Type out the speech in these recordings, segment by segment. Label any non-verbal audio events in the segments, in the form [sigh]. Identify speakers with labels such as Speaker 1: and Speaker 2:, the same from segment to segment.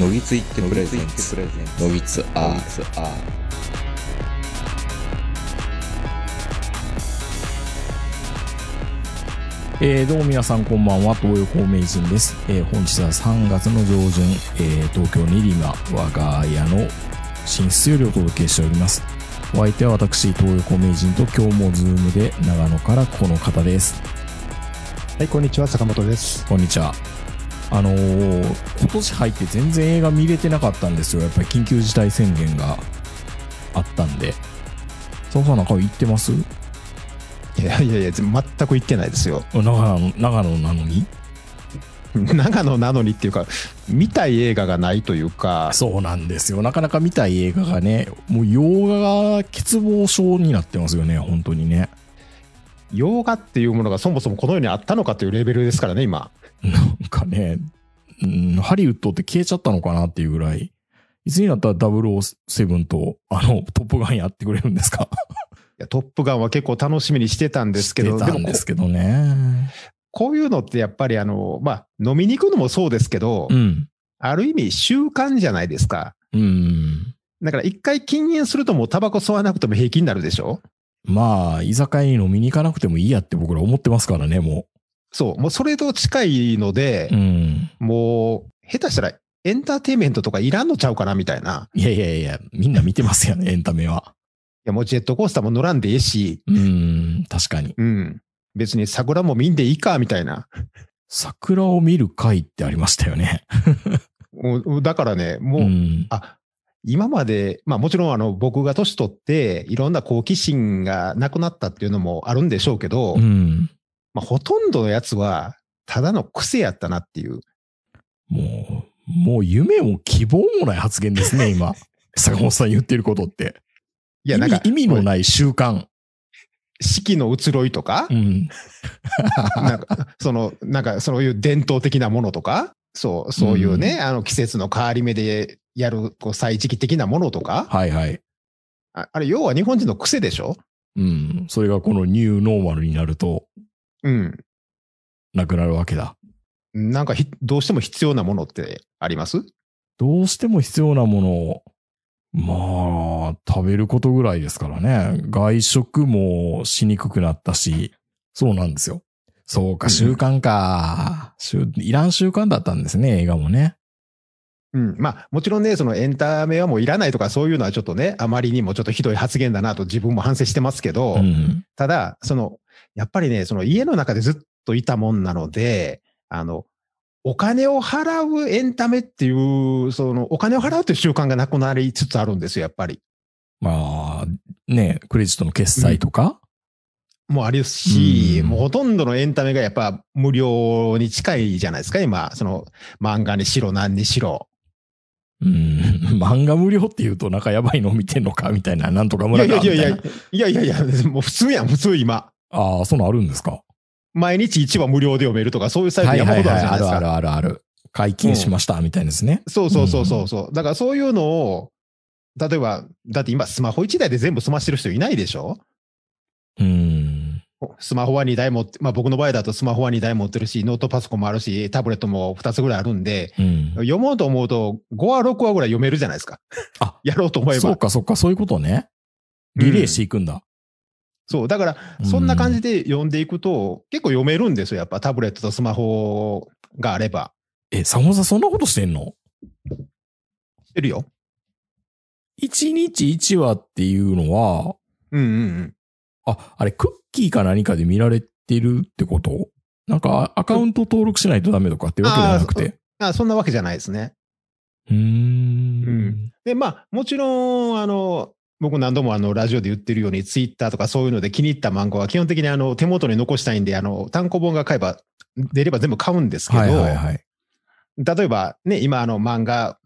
Speaker 1: のぎついってプレゼンツ
Speaker 2: プレゼン
Speaker 1: のぎつアー
Speaker 2: ツア
Speaker 3: えーどうも皆さんこんばんは、東横名人です。えー本日は3月の上旬、えー東京練馬我が家の寝室よりお届けしております。お相手は私、東横名人と今日もズームで長野からこの方です。
Speaker 4: はい、こんにちは、坂本です。
Speaker 3: こんにちは。あのー今年入って全然映画見れてなかったんですよ。やっぱり緊急事態宣言があったんで。そのさんなんか行ってます
Speaker 4: いやいやいや、全く行ってないですよ。 [laughs]
Speaker 3: 長野、長野なのに
Speaker 4: 長野なのにっていうか、見たい映画がないというか、
Speaker 3: そうなんですよ。なかなか見たい映画がね、もう洋画が欠乏症になってますよね、本当にね。 [laughs]
Speaker 4: 洋画っていうものがそもそもこの世にあったのかというレベルですからね、今。
Speaker 3: なんかね、うん、ハリウッドって消えちゃったのかなっていうぐらい。いつになったら007と、あの、トップガンやってくれるんですか
Speaker 4: いやトップガンは結構楽しみにしてたんですけど、
Speaker 3: してたん
Speaker 4: もこ
Speaker 3: ですけどね。
Speaker 4: こういうのってやっぱりあの、まあ、飲みに行くのもそうですけど、
Speaker 3: うん。
Speaker 4: ある意味習慣じゃないですか。
Speaker 3: うん。
Speaker 4: だから一回禁煙するともうタバコ吸わなくても平気になるでしょ
Speaker 3: まあ、居酒屋に飲みに行かなくてもいいやって僕ら思ってますからね、も
Speaker 4: そう、もうそれと近いので
Speaker 3: う。う、ん。
Speaker 4: もう下手したらエンターテインメントとかいらんのちゃうかなみたいな。
Speaker 3: いやいやいや、みんな見てますよね、エンタメは。
Speaker 4: いや、もうジェットコースターも乗らんでええし、
Speaker 3: うん、確かに。
Speaker 4: うん。別に桜も見んでいいか、みたいな。
Speaker 3: 桜を見る会ってありましたよね。
Speaker 4: うんだからね、もう、
Speaker 3: うん。
Speaker 4: あ、今まで、まあもちろんあの、僕が年取って、いろんな好奇心がなくなったっていうのもあるんでしょうけど、
Speaker 3: うん。
Speaker 4: まあほとんどのやつは、ただの癖やったなっていう。
Speaker 3: もう、もう夢も希望もない発言ですね、
Speaker 4: [laughs]
Speaker 3: 今。坂本さん言ってることって。
Speaker 4: いや、なんか、
Speaker 3: 意味意味の
Speaker 4: こ
Speaker 3: ない習慣。
Speaker 4: う四季の移ろいとか
Speaker 3: う、ん。
Speaker 4: なんか、その、なんか、そういう伝統的なものとか、そう、そういうね、あの、季節の変わり目でやる、こう、祭時期的なものとか、
Speaker 3: はいはい。
Speaker 4: ああれ、要は日本人の癖でしょ
Speaker 3: うん。それがこのニューノーマルになると、
Speaker 4: うん。
Speaker 3: なくなるわけだ。
Speaker 4: なんかひどうしても必要なものってあります
Speaker 3: どうしても必要なものを、まあ、食べることぐらいですからね。外食もしにくくなったし、そうなんですよ。そうか、習慣か。習いらん習慣だったんですね、映画もね。
Speaker 4: うん。まあ、もちろんね、そのエンタメはもういらないとか、そういうのはちょっとね、あまりにもちょっとひどい発言だなと自分も反省してますけど、
Speaker 3: うん。
Speaker 4: ただ、その、やっぱりね、その家の中でずっといたもんなので、あの、お金を払うエンタメっていう、その、お金を払うという習慣がなくなりつつあるんですよ、やっぱり。
Speaker 3: まあ、ね、クレジットの決済とか、
Speaker 4: もうありますし、
Speaker 3: うん
Speaker 4: もうほとんどのエンタメがやっぱ無料に近いじゃないですか、今。その、漫画にしろ、何にしろ。
Speaker 3: うん、 [laughs] 漫画無料って言うとなんかやばいの見てんのかみたいな、なんとか
Speaker 4: いや
Speaker 3: 村
Speaker 4: い
Speaker 3: か
Speaker 4: や
Speaker 3: み
Speaker 4: い
Speaker 3: たいな。
Speaker 4: やいや、いやいやいや、もう普通やん、普通今。
Speaker 3: ああ、そんなんあるんですか
Speaker 4: 毎日1話無料で読めるとか、そういうサイト
Speaker 3: はい
Speaker 4: 山
Speaker 3: は
Speaker 4: ほ
Speaker 3: い
Speaker 4: どあ
Speaker 3: は
Speaker 4: る
Speaker 3: い、
Speaker 4: じゃな
Speaker 3: あ
Speaker 4: いで
Speaker 3: る
Speaker 4: す
Speaker 3: ある
Speaker 4: か。
Speaker 3: あるある。解禁しました、みたいですね。
Speaker 4: そうそうそうそうそう。だからそういうのを、例えば、だって今スマホ1台で全部済ましてる人いないでしょ
Speaker 3: うん。
Speaker 4: スマホは2台持って、まあ僕の場合だとスマホは2台持ってるし、ノートパソコンもあるし、タブレットも2つぐらいあるんで、
Speaker 3: うん。
Speaker 4: 読もうと思うと5話6話ぐらい読めるじゃないですか。
Speaker 3: あ
Speaker 4: [laughs] やろうと思えば。
Speaker 3: そうかそうか、そういうことね。リレーしていくんだ。
Speaker 4: そう。だから、そんな感じで読んでいくと、結構読めるんですよ。やっぱタブレットとスマホがあれば。
Speaker 3: え、サモンさんそんなことしてんの
Speaker 4: 知ってるよ。
Speaker 3: 一日一話っていうのは、
Speaker 4: うんうんうん。
Speaker 3: あ、あれ、クッキーか何かで見られてるってことなんかアカウント登録しないとダメとかってわけじゃなくて。
Speaker 4: あそんなわけじゃないですね。
Speaker 3: うーん。
Speaker 4: で、まあ、もちろん、あの、僕何度もあの、ラジオで言ってるように、ツイッターとかそういうので気に入った漫画は基本的にあの、手元に残したいんで、あの、単行本が買えば、出れば全部買うんですけど、
Speaker 3: はいはいはい。
Speaker 4: 例えばね、今あの、漫画、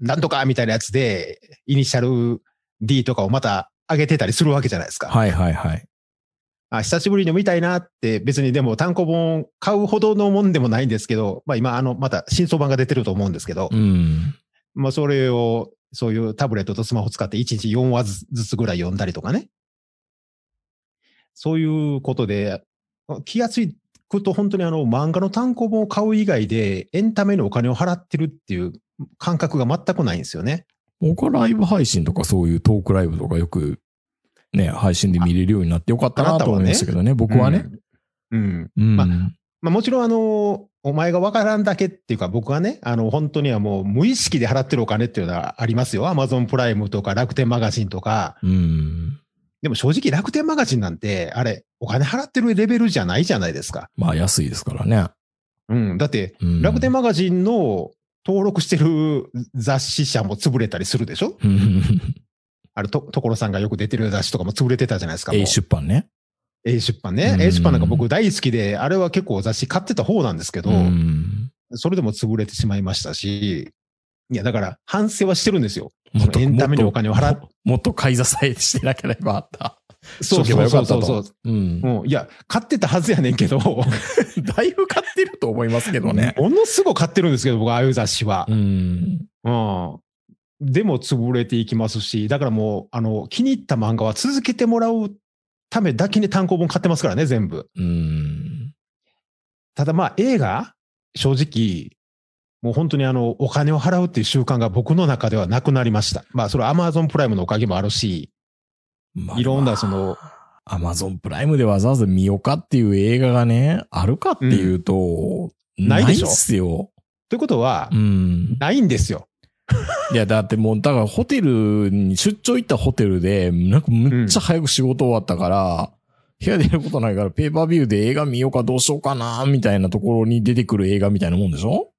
Speaker 4: なんとかみたいなやつで、イニシャル D とかをまた上げてたりするわけじゃないですか。
Speaker 3: はいはいはい。
Speaker 4: あ久しぶりに見たいなって、別にでも単行本買うほどのもんでもないんですけど、まあ今あの、また新装版が出てると思うんですけど、
Speaker 3: うん。
Speaker 4: まあ、それを、そういうタブレットとスマホ使って1日4話ずずつぐらい読んだりとかね。そういうことで、気がつくと本当にあの漫画の単行本を買う以外でエンタメのお金を払ってるっていう感覚が全くないんですよね。
Speaker 3: 僕はライブ配信とかそういうトークライブとかよく、ね、配信で見れるようになってよかった
Speaker 4: ああ
Speaker 3: な
Speaker 4: なた
Speaker 3: と
Speaker 4: はね
Speaker 3: 思いましたけどね、僕はね。
Speaker 4: うん。う
Speaker 3: う
Speaker 4: ん。
Speaker 3: ん。
Speaker 4: まあまあもちろんあの、お前がわからんだけっていうか僕はね、あの本当にはもう無意識で払ってるお金っていうのはありますよ。アマゾンプライムとか楽天マガジンとか。
Speaker 3: うん。
Speaker 4: でも正直楽天マガジンなんて、あれ、お金払ってるレベルじゃないじゃないですか。
Speaker 3: まあ、安いですからね。
Speaker 4: うん。だって、
Speaker 3: うん、
Speaker 4: 楽天マガジンの登録してる雑誌社も潰れたりするでしょ
Speaker 3: うん
Speaker 4: あれ、と、所さんがよく出てる雑誌とかも潰れてたじゃないですか。もう
Speaker 3: A 出版ね。
Speaker 4: A 出版ね
Speaker 3: う。ん
Speaker 4: A 出版なんか僕大好きで、あれは結構雑誌買ってた方なんですけど、
Speaker 3: ん。
Speaker 4: それでも潰れてしまいましたし、いや、だから反省はしてるんですよ。
Speaker 3: もっと
Speaker 4: エンタメにお金を払っ
Speaker 3: もっともっと買い支えしてなければあった。
Speaker 4: そう
Speaker 3: しとけば
Speaker 4: そ
Speaker 3: よ
Speaker 4: う
Speaker 3: か
Speaker 4: そ
Speaker 3: っ
Speaker 4: う
Speaker 3: た
Speaker 4: そ
Speaker 3: と
Speaker 4: うそう。
Speaker 3: うん。
Speaker 4: もういや、買ってたはずやねんけど、
Speaker 3: [laughs] だいぶ買ってると思いますけどね。
Speaker 4: ものすごい買ってるんですけど、僕、ああいう雑誌は
Speaker 3: う。ん。
Speaker 4: うん。でも潰れていきますし、だからもう、あの、気に入った漫画は続けてもらうためだけに単行本買ってますからね、全部。
Speaker 3: うん。
Speaker 4: ただまあ映画、正直、もう本当にあの、お金を払うっていう習慣が僕の中ではなくなりました。まあそれは Amazon プライムのおかげもあるし、
Speaker 3: まあ
Speaker 4: いろんなその、
Speaker 3: アマゾンプライムでわざわざ見ようかっていう映画がね、あるかっていうと、
Speaker 4: ん
Speaker 3: な
Speaker 4: ないい
Speaker 3: で
Speaker 4: ですしょ
Speaker 3: よ。
Speaker 4: ということは
Speaker 3: う、ん。
Speaker 4: ないんですよ。
Speaker 3: いや、だってもう、だからホテルに、出張行ったホテルで、なんかむっちゃ早く仕事終わったから、部屋でやることないから、ペーパービューで映画見ようかどうしようかな、みたいなところに出てくる映画みたいなもんでしょ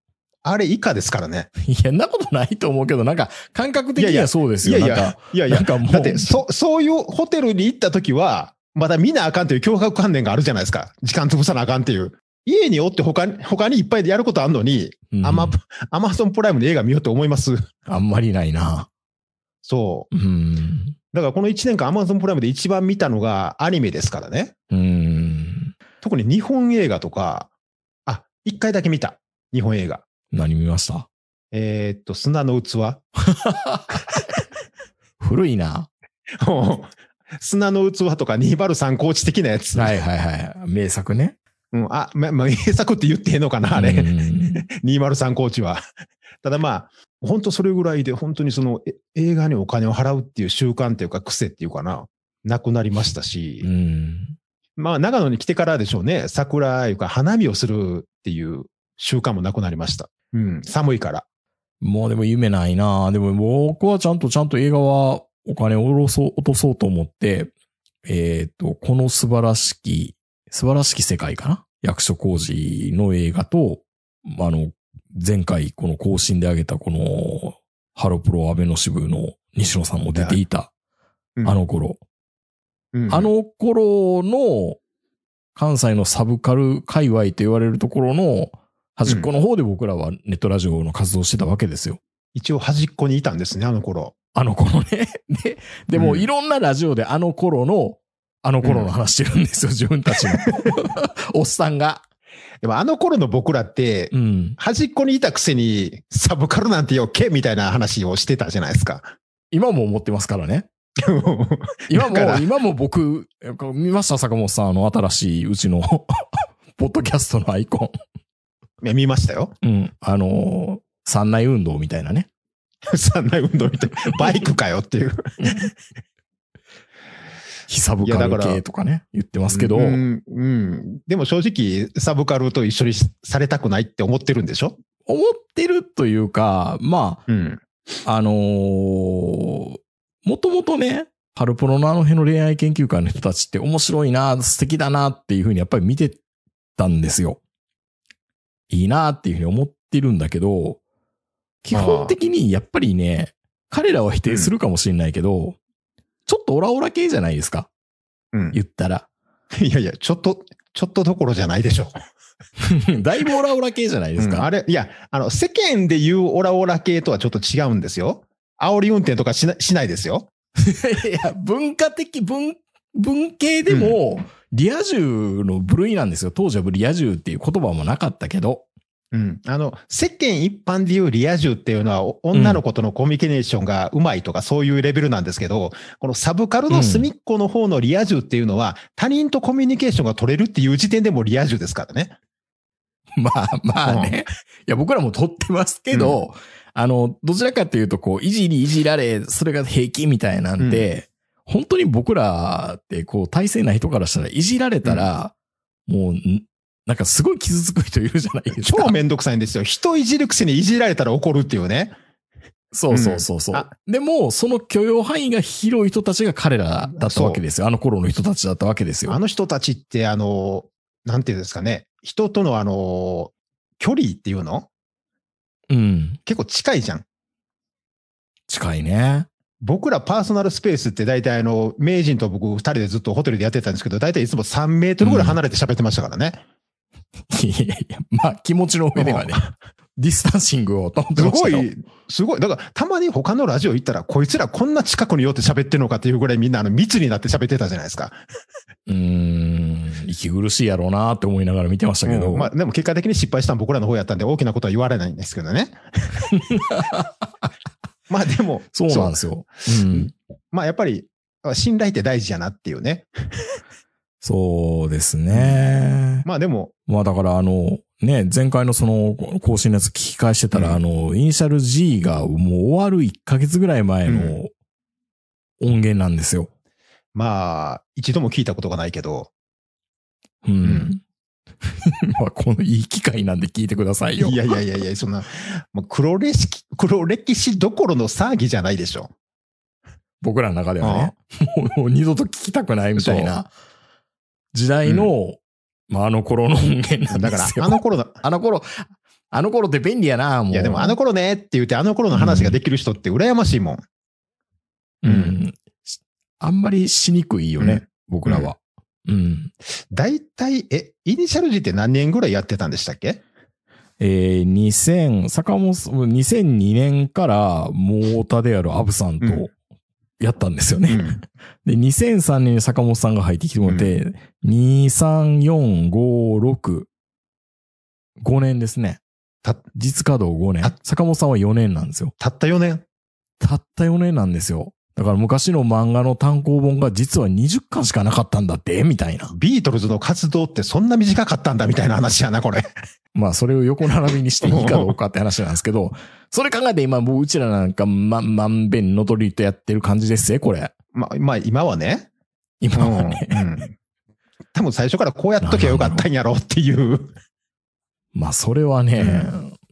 Speaker 4: あれ以下ですからね。
Speaker 3: いや、んなことないと思うけど、なんか、感覚的に
Speaker 4: いやい
Speaker 3: は
Speaker 4: や
Speaker 3: そうです
Speaker 4: い
Speaker 3: よ。
Speaker 4: やい
Speaker 3: なん
Speaker 4: や
Speaker 3: か、、
Speaker 4: いやい
Speaker 3: なん
Speaker 4: や。
Speaker 3: かもう、
Speaker 4: だって、そ、そういうホテルに行った時は、まだ見なあかんという脅迫観念があるじゃないですか。時間潰さなあかんっていう。家におって他に、他にいっぱいやることあんのに、
Speaker 3: うん
Speaker 4: アマ、アマゾンプライムで映画見ようって思います。
Speaker 3: あんまりないな。
Speaker 4: そう。
Speaker 3: うん。
Speaker 4: だからこの1年間 Amazon プライムで一番見たのがアニメですからね。
Speaker 3: うん。
Speaker 4: 特に日本映画とか、あ、一回だけ見た。日本映画。
Speaker 3: 何見ました
Speaker 4: えーっと、砂の器。 [laughs]
Speaker 3: 古いな。
Speaker 4: 砂の器とか203高地的なやつ。
Speaker 3: はいはいはい。名作ね。
Speaker 4: うん、あ、ま、ま、名作って言ってんのかな、あれ。
Speaker 3: うん
Speaker 4: 203高地は。 [laughs] ただまあ、本当それぐらいで、本当にそのえ映画にお金を払うっていう習慣っていうか癖っていうかな、なくなりましたし、
Speaker 3: うん。
Speaker 4: まあ長野に来てからでしょうね、桜いうか花見をするっていう習慣もなくなりました。うん、寒いから。
Speaker 3: もうでも夢ないなでも僕はちゃんとちゃんと映画はお金を下ろそう、落とそうと思って、えっ、と、この素晴らしき、素晴らしき世界かな役所工事の映画と、まああの、前回この更新であげたこの、ハロプロ安倍の支部の西野さんも出ていた、
Speaker 4: うん
Speaker 3: あの頃。
Speaker 4: うん
Speaker 3: あ、の頃の関西のサブカル界隈と言われるところの端っこの方で僕らはネットラジオの活動をしてたわけですよ。
Speaker 4: 一応端っこにいたんですね、あの頃。
Speaker 3: あの頃ね。 [laughs] で、でも
Speaker 4: うん
Speaker 3: いろんなラジオであの頃の、あの頃の話してるんですよ、自分た [laughs] ちの。おっさんが。
Speaker 4: でもあの頃の僕らって、
Speaker 3: うん。
Speaker 4: 端っこにいたくせに、サブカルなんてよけみたいな話をしてたじゃないですか。 [laughs]
Speaker 3: 今も思ってますからね。今も
Speaker 4: だから、
Speaker 3: 今も僕、見ました坂本さん、あの新しい、うちの、 [laughs] ポッドキャストのアイコ
Speaker 4: いや見ましたよ。 [laughs]
Speaker 3: ン。うん。あのー、三内運動みたいなね。
Speaker 4: 三内運動みたいな。バイクかよっていう。
Speaker 3: 非サブ
Speaker 4: い
Speaker 3: カ
Speaker 4: やだ
Speaker 3: ル
Speaker 4: から
Speaker 3: 系とかね、言ってますけど、
Speaker 4: うん、うん。でも正直、サブカルと一緒にしされたくないって思ってるんでしょ
Speaker 3: 思ってるというか、ま
Speaker 4: うん。
Speaker 3: あ、あのもともとね、ハルプロのあの辺の恋愛研究会の人たちって面白いな、素敵だなっていうふうにやっぱり見てたんですよ。いいなっていうふうに思ってるんだけど、基本的にやっぱりね、彼らは否定するかもしれないけど、ちょっとオラオラ系じゃないですか、
Speaker 4: うん。
Speaker 3: 言ったら。 [laughs]
Speaker 4: いやいや、ちょっと、ちょっとどころじゃないでしょ。
Speaker 3: だいぶオラオラ系じゃないです
Speaker 4: う
Speaker 3: か。
Speaker 4: んあれ、いや、あの、世間で言うオラオラ系とはちょっと違うんですよ。煽り運転とかしなしないですよ。
Speaker 3: いや、文化的、文、文系でも、リア充の部類なんですよ。当時はリア充っていう言葉もなかったけど。 [laughs]
Speaker 4: うん。あの、世間一般で言うリア充っていうのは、お女の子とのコミュニケーションがうまいとか、そういうレベルなんですけど、このサブカルの隅っこの方のリア充っていうのは、他人とコミュニケーションが取れるっていう時点でもうリア充ですからね。
Speaker 3: まあまあね。いや、僕らも撮ってますけど、あの、どちらかというと、こう、いじりいじられ、それが平気みたいなんで、本当に僕らって、こう、体制な人からしたら、いじられたら、もう、んなんかすごい傷つく人いるじゃないですか
Speaker 4: 超。めんどくさいんですよ。人いじるくせにいじられたら怒るっていうね。
Speaker 3: そうそうそうそう
Speaker 4: うんあ。
Speaker 3: でも、その許容範囲が広い人たちが彼らだったわけですよ。あの頃の人たちだったわけですよ
Speaker 4: あ。の人たちって、あの、なんていうんですかね、人とのあの、距離っていうの
Speaker 3: うん。
Speaker 4: 結構近いじゃん。
Speaker 3: 近いね。 [laughs]
Speaker 4: 僕らパーソナルスペースって大体あの、名人と僕二人でずっとホテルでやってたんですけど、大体いつも3メートルぐらい離れて喋ってましたからね。
Speaker 3: いやいやいや、まあ気持ちの上ではね、ディスタンシングを保って
Speaker 4: す
Speaker 3: まし
Speaker 4: ご
Speaker 3: たよ。
Speaker 4: い、すごい。だからたまに他のラジオ行ったら、こいつらこんな近くに寄って喋ってるのかっていうぐらいみんなあの密になって喋ってたじゃないですか。
Speaker 3: うーん、息苦しいやろうなって思いながら見てましたけど、
Speaker 4: うんまあでも結果的に失敗したの僕らの方やったんで大きなことは言われないんですけ
Speaker 3: [laughs]
Speaker 4: どね。まあでも、
Speaker 3: そうなんですよ。うん、
Speaker 4: まあやっぱり、信頼って大事やなっていうね。
Speaker 3: そうですね。
Speaker 4: まあでも、
Speaker 3: まあだからあの、ね、前回のその更新のやつ聞き返してたら、
Speaker 4: うん
Speaker 3: あの、イニシャル G がもう終わる1ヶ月ぐらい前の音源なんですよ。
Speaker 4: まあ、一度も聞いたことがないけど、
Speaker 3: うん。
Speaker 4: ん
Speaker 3: [laughs] まあこのいい機会なんで聞いてくださいよ。
Speaker 4: いやいやいやいや、そんな、もう黒歴史、黒歴史どころの騒ぎじゃないでしょ。
Speaker 3: 僕らの中ではね、もうもう二度と聞きたくないみたいな時代の、まああの頃の音源なんで
Speaker 4: だ
Speaker 3: すよ
Speaker 4: から。、あの頃の、
Speaker 3: あの頃、あの頃って便利やな、もう。
Speaker 4: いやでもあの頃ねって言って、あの頃の話ができる人って羨ましいもん。
Speaker 3: うん。しあんまりしにくいよね、
Speaker 4: うん
Speaker 3: 僕らは。うん。
Speaker 4: 大体、え、イニシャル G って何年ぐらいやってたんでしたっけ
Speaker 3: えー、2000、坂本さん、2002年から、もうたであるアブさん
Speaker 4: うん
Speaker 3: と、やったんですよね。
Speaker 4: うん
Speaker 3: で、2003年に坂本さんが入ってきてもらって、2、3、4、5、6、5年ですね。
Speaker 4: た
Speaker 3: 実稼働5年
Speaker 4: あ。
Speaker 3: 坂本さんは4年なんですよ。
Speaker 4: たった4年。
Speaker 3: たった4年なんですよ。だから昔の漫画の単行本が実は20巻しかなかったんだって、みたいな。
Speaker 4: ビートルズの活動ってそんな短かったんだみたいな話やな、これ。
Speaker 3: まあそれを横並びにしていいかどうかって話なんですけど、それ考えて今もううちらなんかま、まんべんのとりとやってる感じですね、これ。
Speaker 4: まあ、まあ、今はね。
Speaker 3: 今はね。
Speaker 4: うんうん多分最初からこうやっときゃよかったんやろうって [laughs] いう。
Speaker 3: まあそれはね、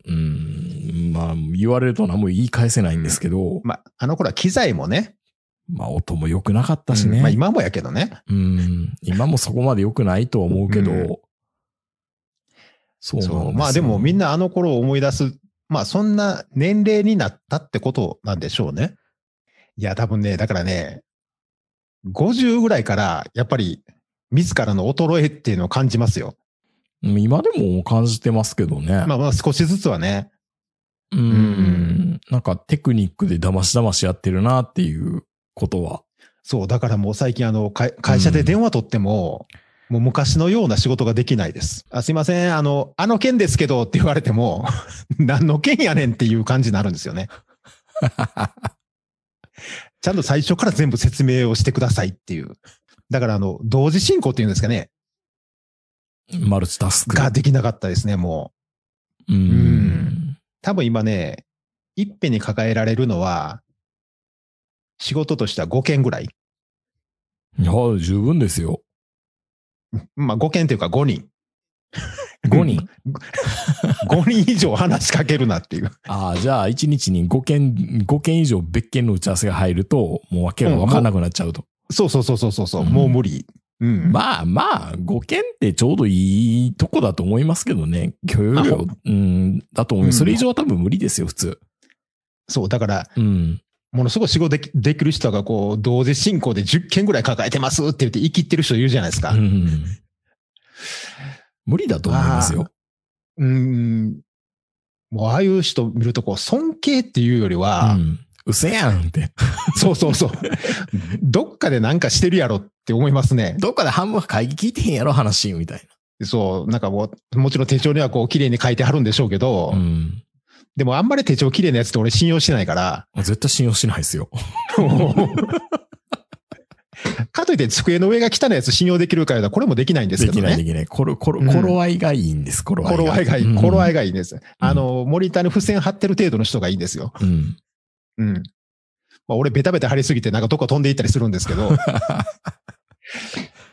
Speaker 3: うん、まあ言われると何も言い返せないんですけど、
Speaker 4: まあ、あの頃は機材もね。
Speaker 3: まあ音も良くなかったし
Speaker 4: うんまあ
Speaker 3: ね。
Speaker 4: 今もやけどね。
Speaker 3: うん、今もそこまで良くないとは思うけ
Speaker 4: う
Speaker 3: ど、そうなんです
Speaker 4: そ
Speaker 3: よ
Speaker 4: う。まあでもみんなあの頃を思い出す、まあそんな年齢になったってことなんでしょうね。いや、多分ね、だからね、50ぐらいからやっぱり自らの衰えっていうのを感じますよ。
Speaker 3: うん今でも感じてますけどね。
Speaker 4: まあまあ少しずつはね。
Speaker 3: うんん。なんかテクニックで騙し騙しやってるなっていうことは。
Speaker 4: そう、だからもう最近あの、会会社で電話取っても、もう昔のような仕事ができないです。あすいません、あの、あの件ですけどって言われても、 [laughs] 何の件やねんっていう感じになるんですよね。ちゃんと最初から全部説明をしてくださいっていう。だからあの、同時進行っていうんですかね、
Speaker 3: マルチタスク。
Speaker 4: ができなかったですね、もう。
Speaker 3: うん
Speaker 4: ん多分今ね、いっぺんに抱えられるのは、仕事としては5件ぐらい。
Speaker 3: いや、十分ですよ。
Speaker 4: まあ5件というか5人。
Speaker 3: 5人。
Speaker 4: 5人以上話しかけるなっていう。
Speaker 3: ああ、じゃあ1日に5件、5件以上別件の打ち合わせが入ると、もう訳が分かんなくなっちゃうと。
Speaker 4: そうそうそうそうそうそう、もう無理。うん。
Speaker 3: まあまあ、5件ってちょうどいいとこだと思いますけどね。許容
Speaker 4: あほ
Speaker 3: 量、うん、だと思います。
Speaker 4: うん
Speaker 3: それ以上は多分無理ですよ、普通。
Speaker 4: そう、だから、
Speaker 3: うん。
Speaker 4: ものすごい仕事できできる人がこう、同時進行で10件ぐらい抱えてますって言って、生きってる人いるじゃないですか。
Speaker 3: う
Speaker 4: うん
Speaker 3: ん。無理だと思いますよ。
Speaker 4: ん。もう、ああいう人見ると、こう、尊敬っていうよりは、
Speaker 3: うん。うせやんって。
Speaker 4: そうそうそう。どっかでなんかしてるやろって思いますね。
Speaker 3: どっかで半分は会議聞いてへんやろ、話、みたい
Speaker 4: そう、なんかもう、もちろん手帳にはこう、綺麗に書いてあるんでしょうけど、
Speaker 3: な。うん。
Speaker 4: でもあんまり手帳綺麗なやつって俺信用してないから、
Speaker 3: 絶対信用しないですよ。
Speaker 4: もう必 [laughs] かといって机の上が汚いやつ信用できるかよこれもできないんです
Speaker 3: で
Speaker 4: け
Speaker 3: き
Speaker 4: ど
Speaker 3: ないで
Speaker 4: ね。
Speaker 3: きない。ころ、ころ、
Speaker 4: うん
Speaker 3: 頃合いがいいんです、頃合いが。
Speaker 4: 頃合いがいい。頃合いがいいんです。あ
Speaker 3: うん
Speaker 4: の、モニターに付箋貼ってる程度の人がいいんですよ。
Speaker 3: うん。
Speaker 4: うん。まあ、俺ベタベタ貼りすぎてなんかどっか飛んでいったりするんです
Speaker 3: [laughs]
Speaker 4: けど。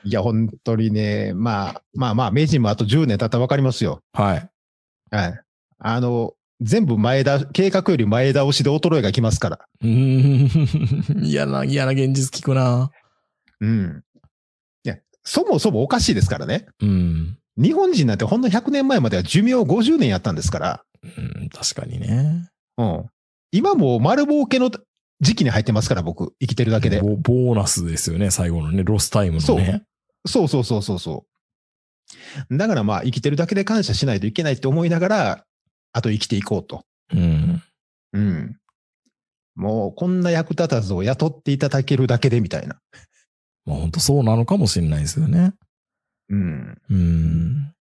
Speaker 4: いや、本当にね、まあ、まあまあ、名人もあと10年経ったらわかりますよ。
Speaker 3: はい。
Speaker 4: はい。あの、全部前だ、計画より前倒しで衰えがきますから。
Speaker 3: うーん。 [laughs] 嫌な、嫌な現実聞くな。
Speaker 4: うん。いや、そもそもおかしいですからね。
Speaker 3: うん。
Speaker 4: 日本人なんてほんの100年前までは寿命50年やったんですから。
Speaker 3: うん、確かにね。
Speaker 4: うん。今もう丸儲けの時期に入ってますから、僕。生きてるだけで。
Speaker 3: ボボーナスですよね、最後のね、ロスタイムのね。
Speaker 4: そうそうそうそうそう。だからまあ、生きてるだけで感謝しないといけないって思いながら、あと生きていこうと。
Speaker 3: うん。
Speaker 4: うん。もう、こんな役立たずを雇っていただけるだけで、みたいな。
Speaker 3: まあ本当そうなのかもしれないですよね。
Speaker 4: うん。
Speaker 3: うん。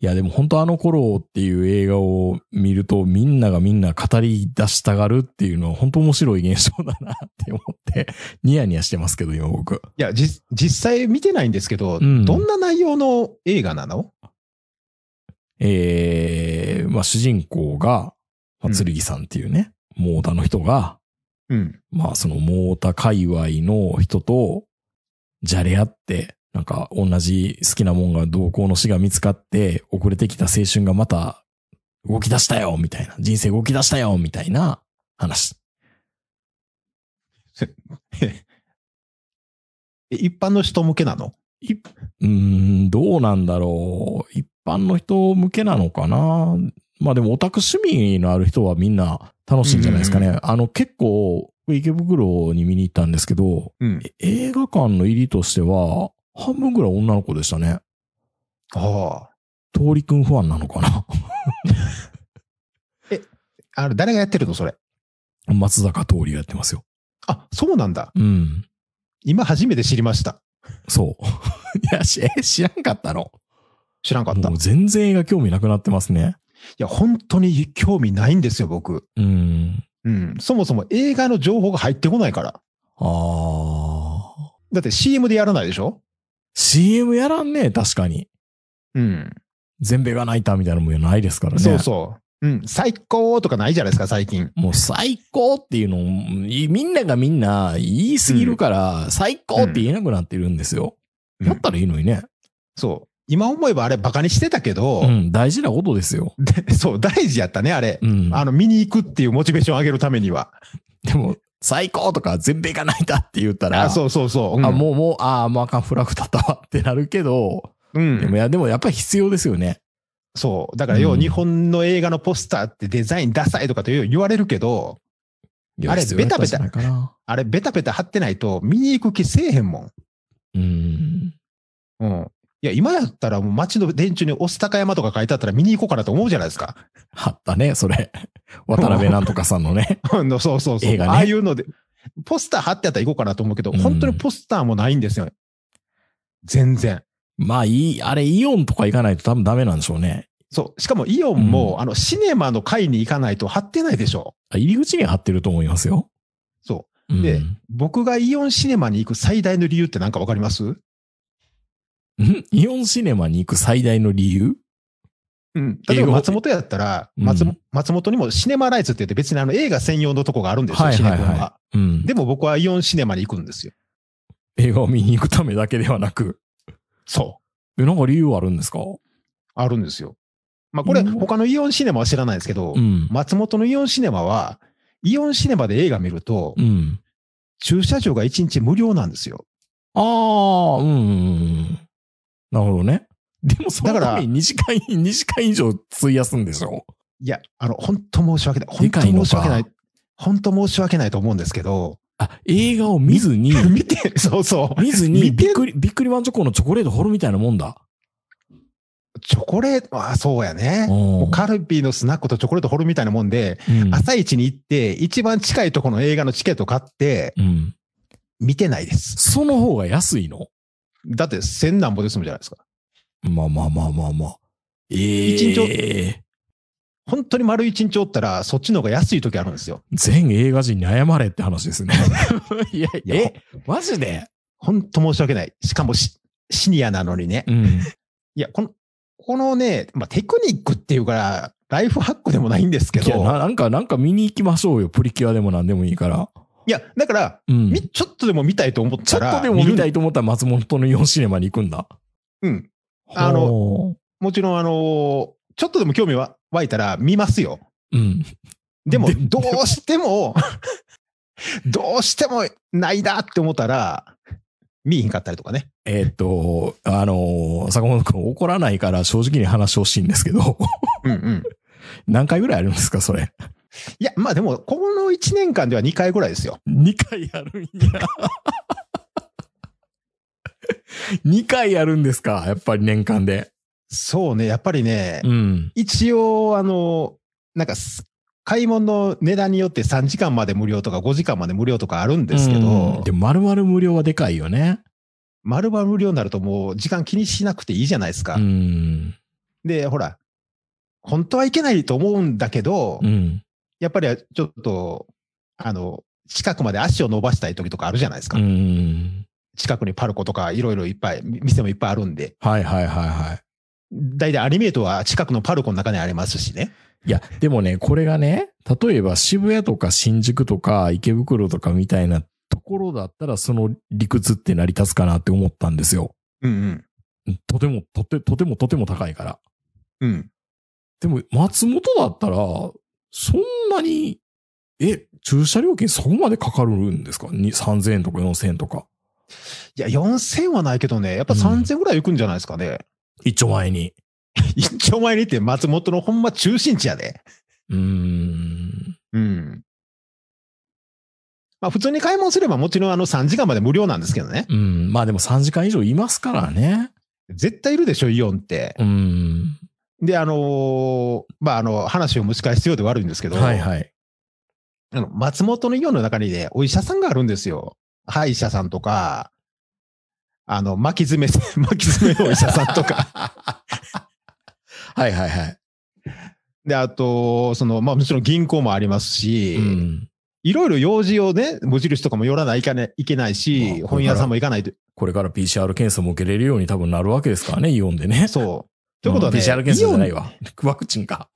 Speaker 3: いやでも本当あの頃っていう映画を見るとみんながみんな語り出したがるっていうのは本当面白い現象だなって思ってニヤニヤしてますけど今僕。
Speaker 4: いや、じ、実際見てないんですけど、
Speaker 3: うん
Speaker 4: どんな内容の映画なの
Speaker 3: ええまあ主人公が、まあ、剣さんっていうね、モータの人が、
Speaker 4: うん。
Speaker 3: まあそのモータ界隈の人とじゃれ合って、なんか同じ好きなもんが同行の死が見つかって、遅れてきた青春がまた動き出したよみたいな、人生動き出したよみたいな話。
Speaker 4: え一般の人向けなの
Speaker 3: うーん、どうなんだろう。一般の人向けなのかな。まあでもオタク趣味のある人はみんな楽しいんじゃないですかね。あの結構、僕池袋に見に行ったんですけど、
Speaker 4: うん。
Speaker 3: え映画館の入りとしては、半分ぐらい女の子でしたね。
Speaker 4: あ
Speaker 3: 通りくんファンなのかな [laughs]
Speaker 4: あ。あれ、誰がやってるのそれ。
Speaker 3: 松坂通りがやってますよ。
Speaker 4: あ、そうなんだ。
Speaker 3: うん。
Speaker 4: 今初めて知りました。
Speaker 3: そう。 [laughs] いや、しえ知らんかったの
Speaker 4: 知らんかった。い
Speaker 3: もう全然映画興味なくなってますね。
Speaker 4: や、本当に興味ないんですよ、僕。
Speaker 3: うん。
Speaker 4: うん。そもそも映画の情報が入ってこないから。
Speaker 3: あー。
Speaker 4: だって CM でやらないでしょ
Speaker 3: CM やらんね確かに。
Speaker 4: うん。
Speaker 3: 全米が泣いたみたいなもんやないですからね。
Speaker 4: そうそう。うん。最高とかないじゃないですか、最近。
Speaker 3: もう最高っていうのを、いみんながみんな言いすぎるから、最高って言えなくなってるんですよ。
Speaker 4: うん
Speaker 3: だったらいいのにね。
Speaker 4: そう。今思えばあれバカにしてたけど
Speaker 3: う、ん、大事なことですよ。
Speaker 4: で [laughs] そう、大事やったね、あれ。
Speaker 3: うん。
Speaker 4: あの、見に行くっていうモチベーションを上げるためには。
Speaker 3: でも、最高とか全米が泣いたって言ったら、
Speaker 4: あ、そうそうそう。うん、
Speaker 3: あもうもう、ああ、もうあかん、フラグ立ったわってなるけど、
Speaker 4: う
Speaker 3: で
Speaker 4: ん
Speaker 3: も、。いや、でもやっぱり必要ですよね。
Speaker 4: そう。だから、要
Speaker 3: う
Speaker 4: は
Speaker 3: ん
Speaker 4: 日本の映画のポスターってデザインダサいとかと言われるけど、あれ
Speaker 3: 必要やったん
Speaker 4: ベタベ
Speaker 3: じゃないかな。
Speaker 4: あれ、ベタベタ貼ってないと見に行く気せえへんもん。
Speaker 3: うん。
Speaker 4: うん。いや、今やったらもう街の電柱に御巣高山とか書いてあったら見に行こうかなと思うじゃないですか。 [laughs]
Speaker 3: はったね、それ。渡辺なんとかさんの
Speaker 4: [laughs]
Speaker 3: ね。
Speaker 4: あのそうそうそう。
Speaker 3: 映画ね
Speaker 4: ああいうので、ポスター貼ってあったら行こうかなと思うけど、
Speaker 3: うん
Speaker 4: 本当にポスターもないんですよ。全然。
Speaker 3: まあいい、あれイオンとか行かないと多分ダメなんでしょうね。
Speaker 4: そう。しかもイオンも、あの、シネマの会に行かないと貼ってないでしょ。
Speaker 3: あ入り口には貼ってると思いますよ。
Speaker 4: そう。
Speaker 3: うん、
Speaker 4: で
Speaker 3: ん
Speaker 4: 僕がイオンシネマに行く最大の理由ってなんかわかります
Speaker 3: [laughs] イオンシネマに行く最大の理由
Speaker 4: うん。例え
Speaker 3: 映
Speaker 4: ば
Speaker 3: 画
Speaker 4: 松本やったら、松
Speaker 3: うん
Speaker 4: 松本にもシネマライツって言って別にあの映画専用のとこがあるんですよ、シネコンは。
Speaker 3: うん。
Speaker 4: でも僕はイオンシネマに行くんですよ。
Speaker 3: 映画を見に行くためだけではなく。
Speaker 4: そう。
Speaker 3: え、なんか理由はあるんですかう
Speaker 4: あるんですよ。まあこれ、
Speaker 3: うん
Speaker 4: 他のイオンシネマは知らないですけど、
Speaker 3: ん。
Speaker 4: 松本のイオンシネマは、イオンシネマで映画見ると
Speaker 3: う、ん。
Speaker 4: 駐車場が1日無料なんですよ。
Speaker 3: ああ、うんうんうん。なるほどね。でもその
Speaker 4: だから
Speaker 3: ために2時間、2時 [laughs] 間以上費やすんでしょ
Speaker 4: いや、あの、本当申し訳ない。
Speaker 3: で
Speaker 4: 本当
Speaker 3: かいの
Speaker 4: 申
Speaker 3: か
Speaker 4: し訳ない。本当申し訳ないと思うんですけど、
Speaker 3: あ、映画を見ずに、
Speaker 4: 見て、 [laughs] そうそ
Speaker 3: 見ずに、
Speaker 4: [laughs] 見て
Speaker 3: びっくり、びっくりマンチョコのチョコレート掘るみたいなもんだ。
Speaker 4: う。チョコレート、あそうや [laughs] ね。もうカルビーのスナックとチョコレート掘るみたいなもんで、
Speaker 3: うん
Speaker 4: 朝一に行って、一番近いとこの映画のチケット買って、
Speaker 3: うん。
Speaker 4: 見てないです。
Speaker 3: その方が安いの
Speaker 4: だって、千何歩で済むじゃないですか。
Speaker 3: まあまあまあまあまあ。ええ
Speaker 4: 一日本当に丸一日おったら、そっちの方が安い時あるんですよ。
Speaker 3: 全映画人に謝れって話ですね。いや、
Speaker 4: [laughs] いや
Speaker 3: え、マジで
Speaker 4: 本当申し訳ない。しかもシシニアなのにね。
Speaker 3: うん。
Speaker 4: いや、この、このね、まあ、テクニックっていうから、ライフハックでもないんですけ
Speaker 3: いや
Speaker 4: ど、
Speaker 3: な、なんか、なんか見に行きましょうよ。プリキュアでも何でもいいから。
Speaker 4: いや、だから、
Speaker 3: うん。
Speaker 4: みちょっとでも見たいと思っ
Speaker 3: ちょ
Speaker 4: た
Speaker 3: っ
Speaker 4: ら、
Speaker 3: とでも見た
Speaker 4: い。
Speaker 3: いと思ったら松本の4シネマに行くんだ。
Speaker 4: うん。あの
Speaker 3: の、
Speaker 4: もちろん、あのーちょっとでも興味は湧いたら見ますよ。
Speaker 3: うん。
Speaker 4: でも、
Speaker 3: で
Speaker 4: どうしても、 [laughs] どうしてもないだって思ったら、見えへんかったりとかね。
Speaker 3: えーっと、あの、坂本くん怒らないから正直に話してほしいんですけど、 [laughs]
Speaker 4: うんうん。
Speaker 3: 何回ぐらいあるんですか、それ。
Speaker 4: いや、まあでも、この1年間では2回ぐらいですよ。
Speaker 3: 2回や [laughs] るんや。2回やるんですか、やっぱり年間で。
Speaker 4: そうね、やっぱりね、
Speaker 3: うん。
Speaker 4: 一応、あの、なんかす、買い物の値段によって3時間まで無料とか5時間まで無料とかあるんですけ
Speaker 3: うん
Speaker 4: ど、
Speaker 3: でも、丸々無料はでかいよね。
Speaker 4: 丸々無料になるともう時間気にしなくていいじゃないですか。
Speaker 3: うん。
Speaker 4: で、ほら、本当はいけないと思うんだけど、
Speaker 3: うん。
Speaker 4: やっぱりちょっと、あの、近くまで足を伸ばしたい時とかあるじゃないですか。
Speaker 3: うん。
Speaker 4: 近くにパルコとかいろいろいっぱい、み店もいっぱいあるんで。
Speaker 3: はいはいはいはい。
Speaker 4: 大体アニメートは近くのパルコの中にありますしね。
Speaker 3: いや、でもね、これがね、例えば渋谷とか新宿とか池袋とかみたいなところだったら、その理屈って成り立つかなって思ったんですよ。
Speaker 4: うん
Speaker 3: とても、とて、とてもとても高いから。
Speaker 4: うん。うん。
Speaker 3: でも、松本だったら、そんなに、え、駐車料金そこまでかかるんですかに ?3000 円とか4000円とか。
Speaker 4: いや、4000はないけどね、やっぱ3000ぐらい行くんじゃないですかね。
Speaker 3: 一丁前に。
Speaker 4: 一丁前にって松本のほんま中心地やで。
Speaker 3: うーん。
Speaker 4: うん。まあ普通に買い物すればもちろんあの3時間まで無料なんですけどね。
Speaker 3: うん。まあでも3時間以上いますからね。
Speaker 4: 絶対いるでしょ、イオンって
Speaker 3: う。ーん。
Speaker 4: で、あのーまああの、話を蒸し返すようで悪いんですけど、
Speaker 3: はいはい。
Speaker 4: あの松本のイオンの中にね、お医者さんがあるんですよ。歯医者さんとか、あの、巻き爪、 [laughs] 巻き爪のお医者さんとか。
Speaker 3: はいはいはい。
Speaker 4: で、あと、その、まあもちろん銀行もありますし、
Speaker 3: うん。
Speaker 4: いろいろ用事をね、無印とかも寄らないかねいけないし、
Speaker 3: まあ
Speaker 4: 本屋さんも行かないと。
Speaker 3: これから PCR 検査も受けれるように多分なるわけですからね、イオンでね。
Speaker 4: そう。ということはね、
Speaker 3: ん PCR 検査
Speaker 4: イ
Speaker 3: じ
Speaker 4: オ
Speaker 3: ゃ
Speaker 4: ン
Speaker 3: ないわ。ワクチンか。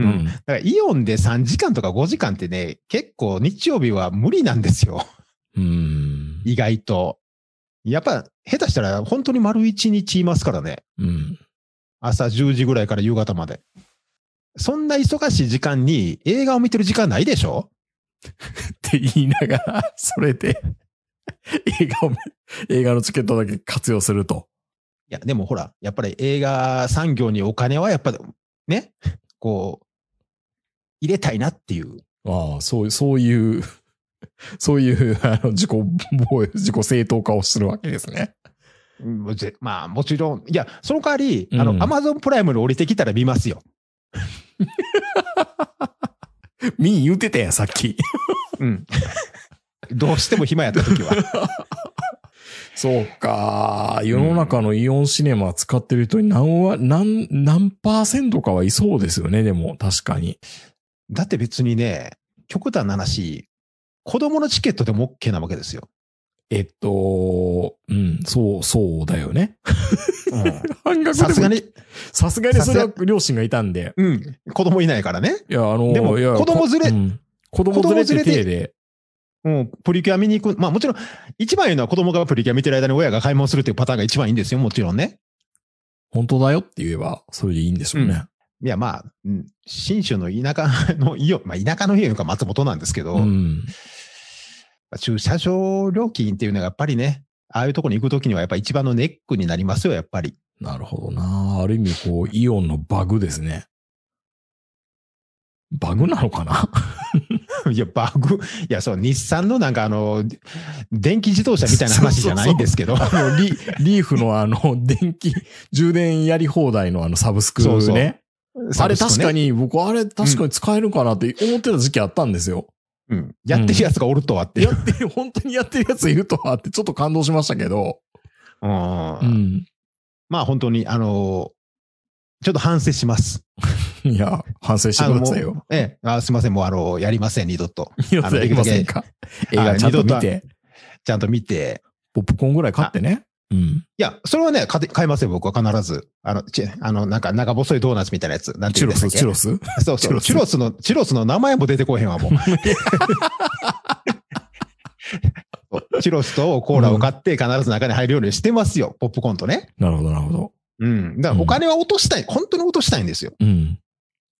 Speaker 3: うん
Speaker 4: だからイオンで3時間とか5時間ってね、結構日曜日は無理なんですよ。 [laughs]
Speaker 3: うん。
Speaker 4: 意外と。やっぱ、下手したら本当に丸1日いますからね。
Speaker 3: うん。
Speaker 4: 朝10時ぐらいから夕方まで。そんな忙しい時間に映画を見てる時間ないでしょ
Speaker 3: って言いながら、それで、映画を、映画のチケットだけ活用すると。
Speaker 4: いや、でもほら、やっぱり映画産業にお金はやっぱ、ね、こう、入れたいなっていう。
Speaker 3: ああ、そう、そういう、そういう、あの、自己防衛、自己正当化をするわけですね。
Speaker 4: うんぜまあ、もちろん、いや、その代わり、あ
Speaker 3: うん
Speaker 4: の、アマゾンプライムに降りてきたら見ますよ。
Speaker 3: みん言うてたやん、さっき。
Speaker 4: うん。 [laughs] どうしても暇やった
Speaker 3: [laughs]
Speaker 4: 時は。
Speaker 3: そうか。世の中のイオンシネマ使ってる人に何は、何、何パーセントかはいそうですよね、でも、確かに。
Speaker 4: だって別にね、極端な話、子供のチケットでも OK なわけですよ。
Speaker 3: えっと、うん、そう、そうだよね。 [laughs]
Speaker 4: うん
Speaker 3: 半額
Speaker 4: さすが
Speaker 3: に。
Speaker 4: に、
Speaker 3: さすがにそれは両親がいたんで。
Speaker 4: うん、子供いないからね。
Speaker 3: いや、あの、
Speaker 4: でも
Speaker 3: いや
Speaker 4: 子供連れ
Speaker 3: うん子供連れって体で。
Speaker 4: うん、プリキュア見に行く。まあもちろん、一番いいのは子供がプリキュア見てる間に親が買い物するっていうパターンが一番いいんですよ、もちろんね。
Speaker 3: 本当だよって言えば、それでいいんでしょうね。
Speaker 4: いや、まあ、うん信州の田舎のイオン、まあ田舎のイオンか松本なんですけど、
Speaker 3: うん。
Speaker 4: 駐車場料金っていうのがやっぱりね、ああいうとこに行くときにはやっぱ一番のネックになりますよ、やっぱり。 [laughs]
Speaker 3: なるほどな。ある意味、こう、イオンのバグですね。バグなのかな
Speaker 4: いや、バグ。いや、そう、日産のなんかあの、電気自動車みたいな話じゃないんですけど。
Speaker 3: あの、
Speaker 4: [laughs]
Speaker 3: リ、リーフのあの、電気、充電やり放題のあの、サブスクね。
Speaker 4: そうそう
Speaker 3: あれ確か
Speaker 4: に。
Speaker 3: に、僕、あれ確かに使えるかなって思ってた時期あったんですよ。
Speaker 4: うん。やってるやつがおるとはって [laughs] いう。
Speaker 3: やってる、本当にやってるやついるとはって、ちょっと感動しましたけど。
Speaker 4: うん。
Speaker 3: うん。
Speaker 4: まあ本当に、あの、ちょっと反省します。
Speaker 3: いや、反省して
Speaker 4: あ
Speaker 3: く
Speaker 4: の
Speaker 3: だ
Speaker 4: も
Speaker 3: さいうよ。
Speaker 4: ええ、あすいません、もうあ
Speaker 3: [laughs]
Speaker 4: の、やりません、二度と。
Speaker 3: 二度とやりませんか。映画ちゃんと見て。
Speaker 4: ちゃんと見て、
Speaker 3: ポップコーンぐらい買ってね。うん。
Speaker 4: いや、それはね、買って買いますよ、僕は必ず。あの、ち、あの、なんか長細いドーナツみたいなやつ。なんてい
Speaker 3: チ
Speaker 4: う
Speaker 3: ュ
Speaker 4: ん
Speaker 3: ロ
Speaker 4: でし
Speaker 3: ス、
Speaker 4: たっけ
Speaker 3: チュロス。
Speaker 4: そうそう。チュロスの、チュロスの名前も出てこへんわ、 [laughs] もう。チュロスとコーラを買って必ず中に入るようにしてますよ、ポップコーンとね。
Speaker 3: なるほど、なるほど。
Speaker 4: うん。だからお金は落としたい。本当に落としたいんですよ。
Speaker 3: うん。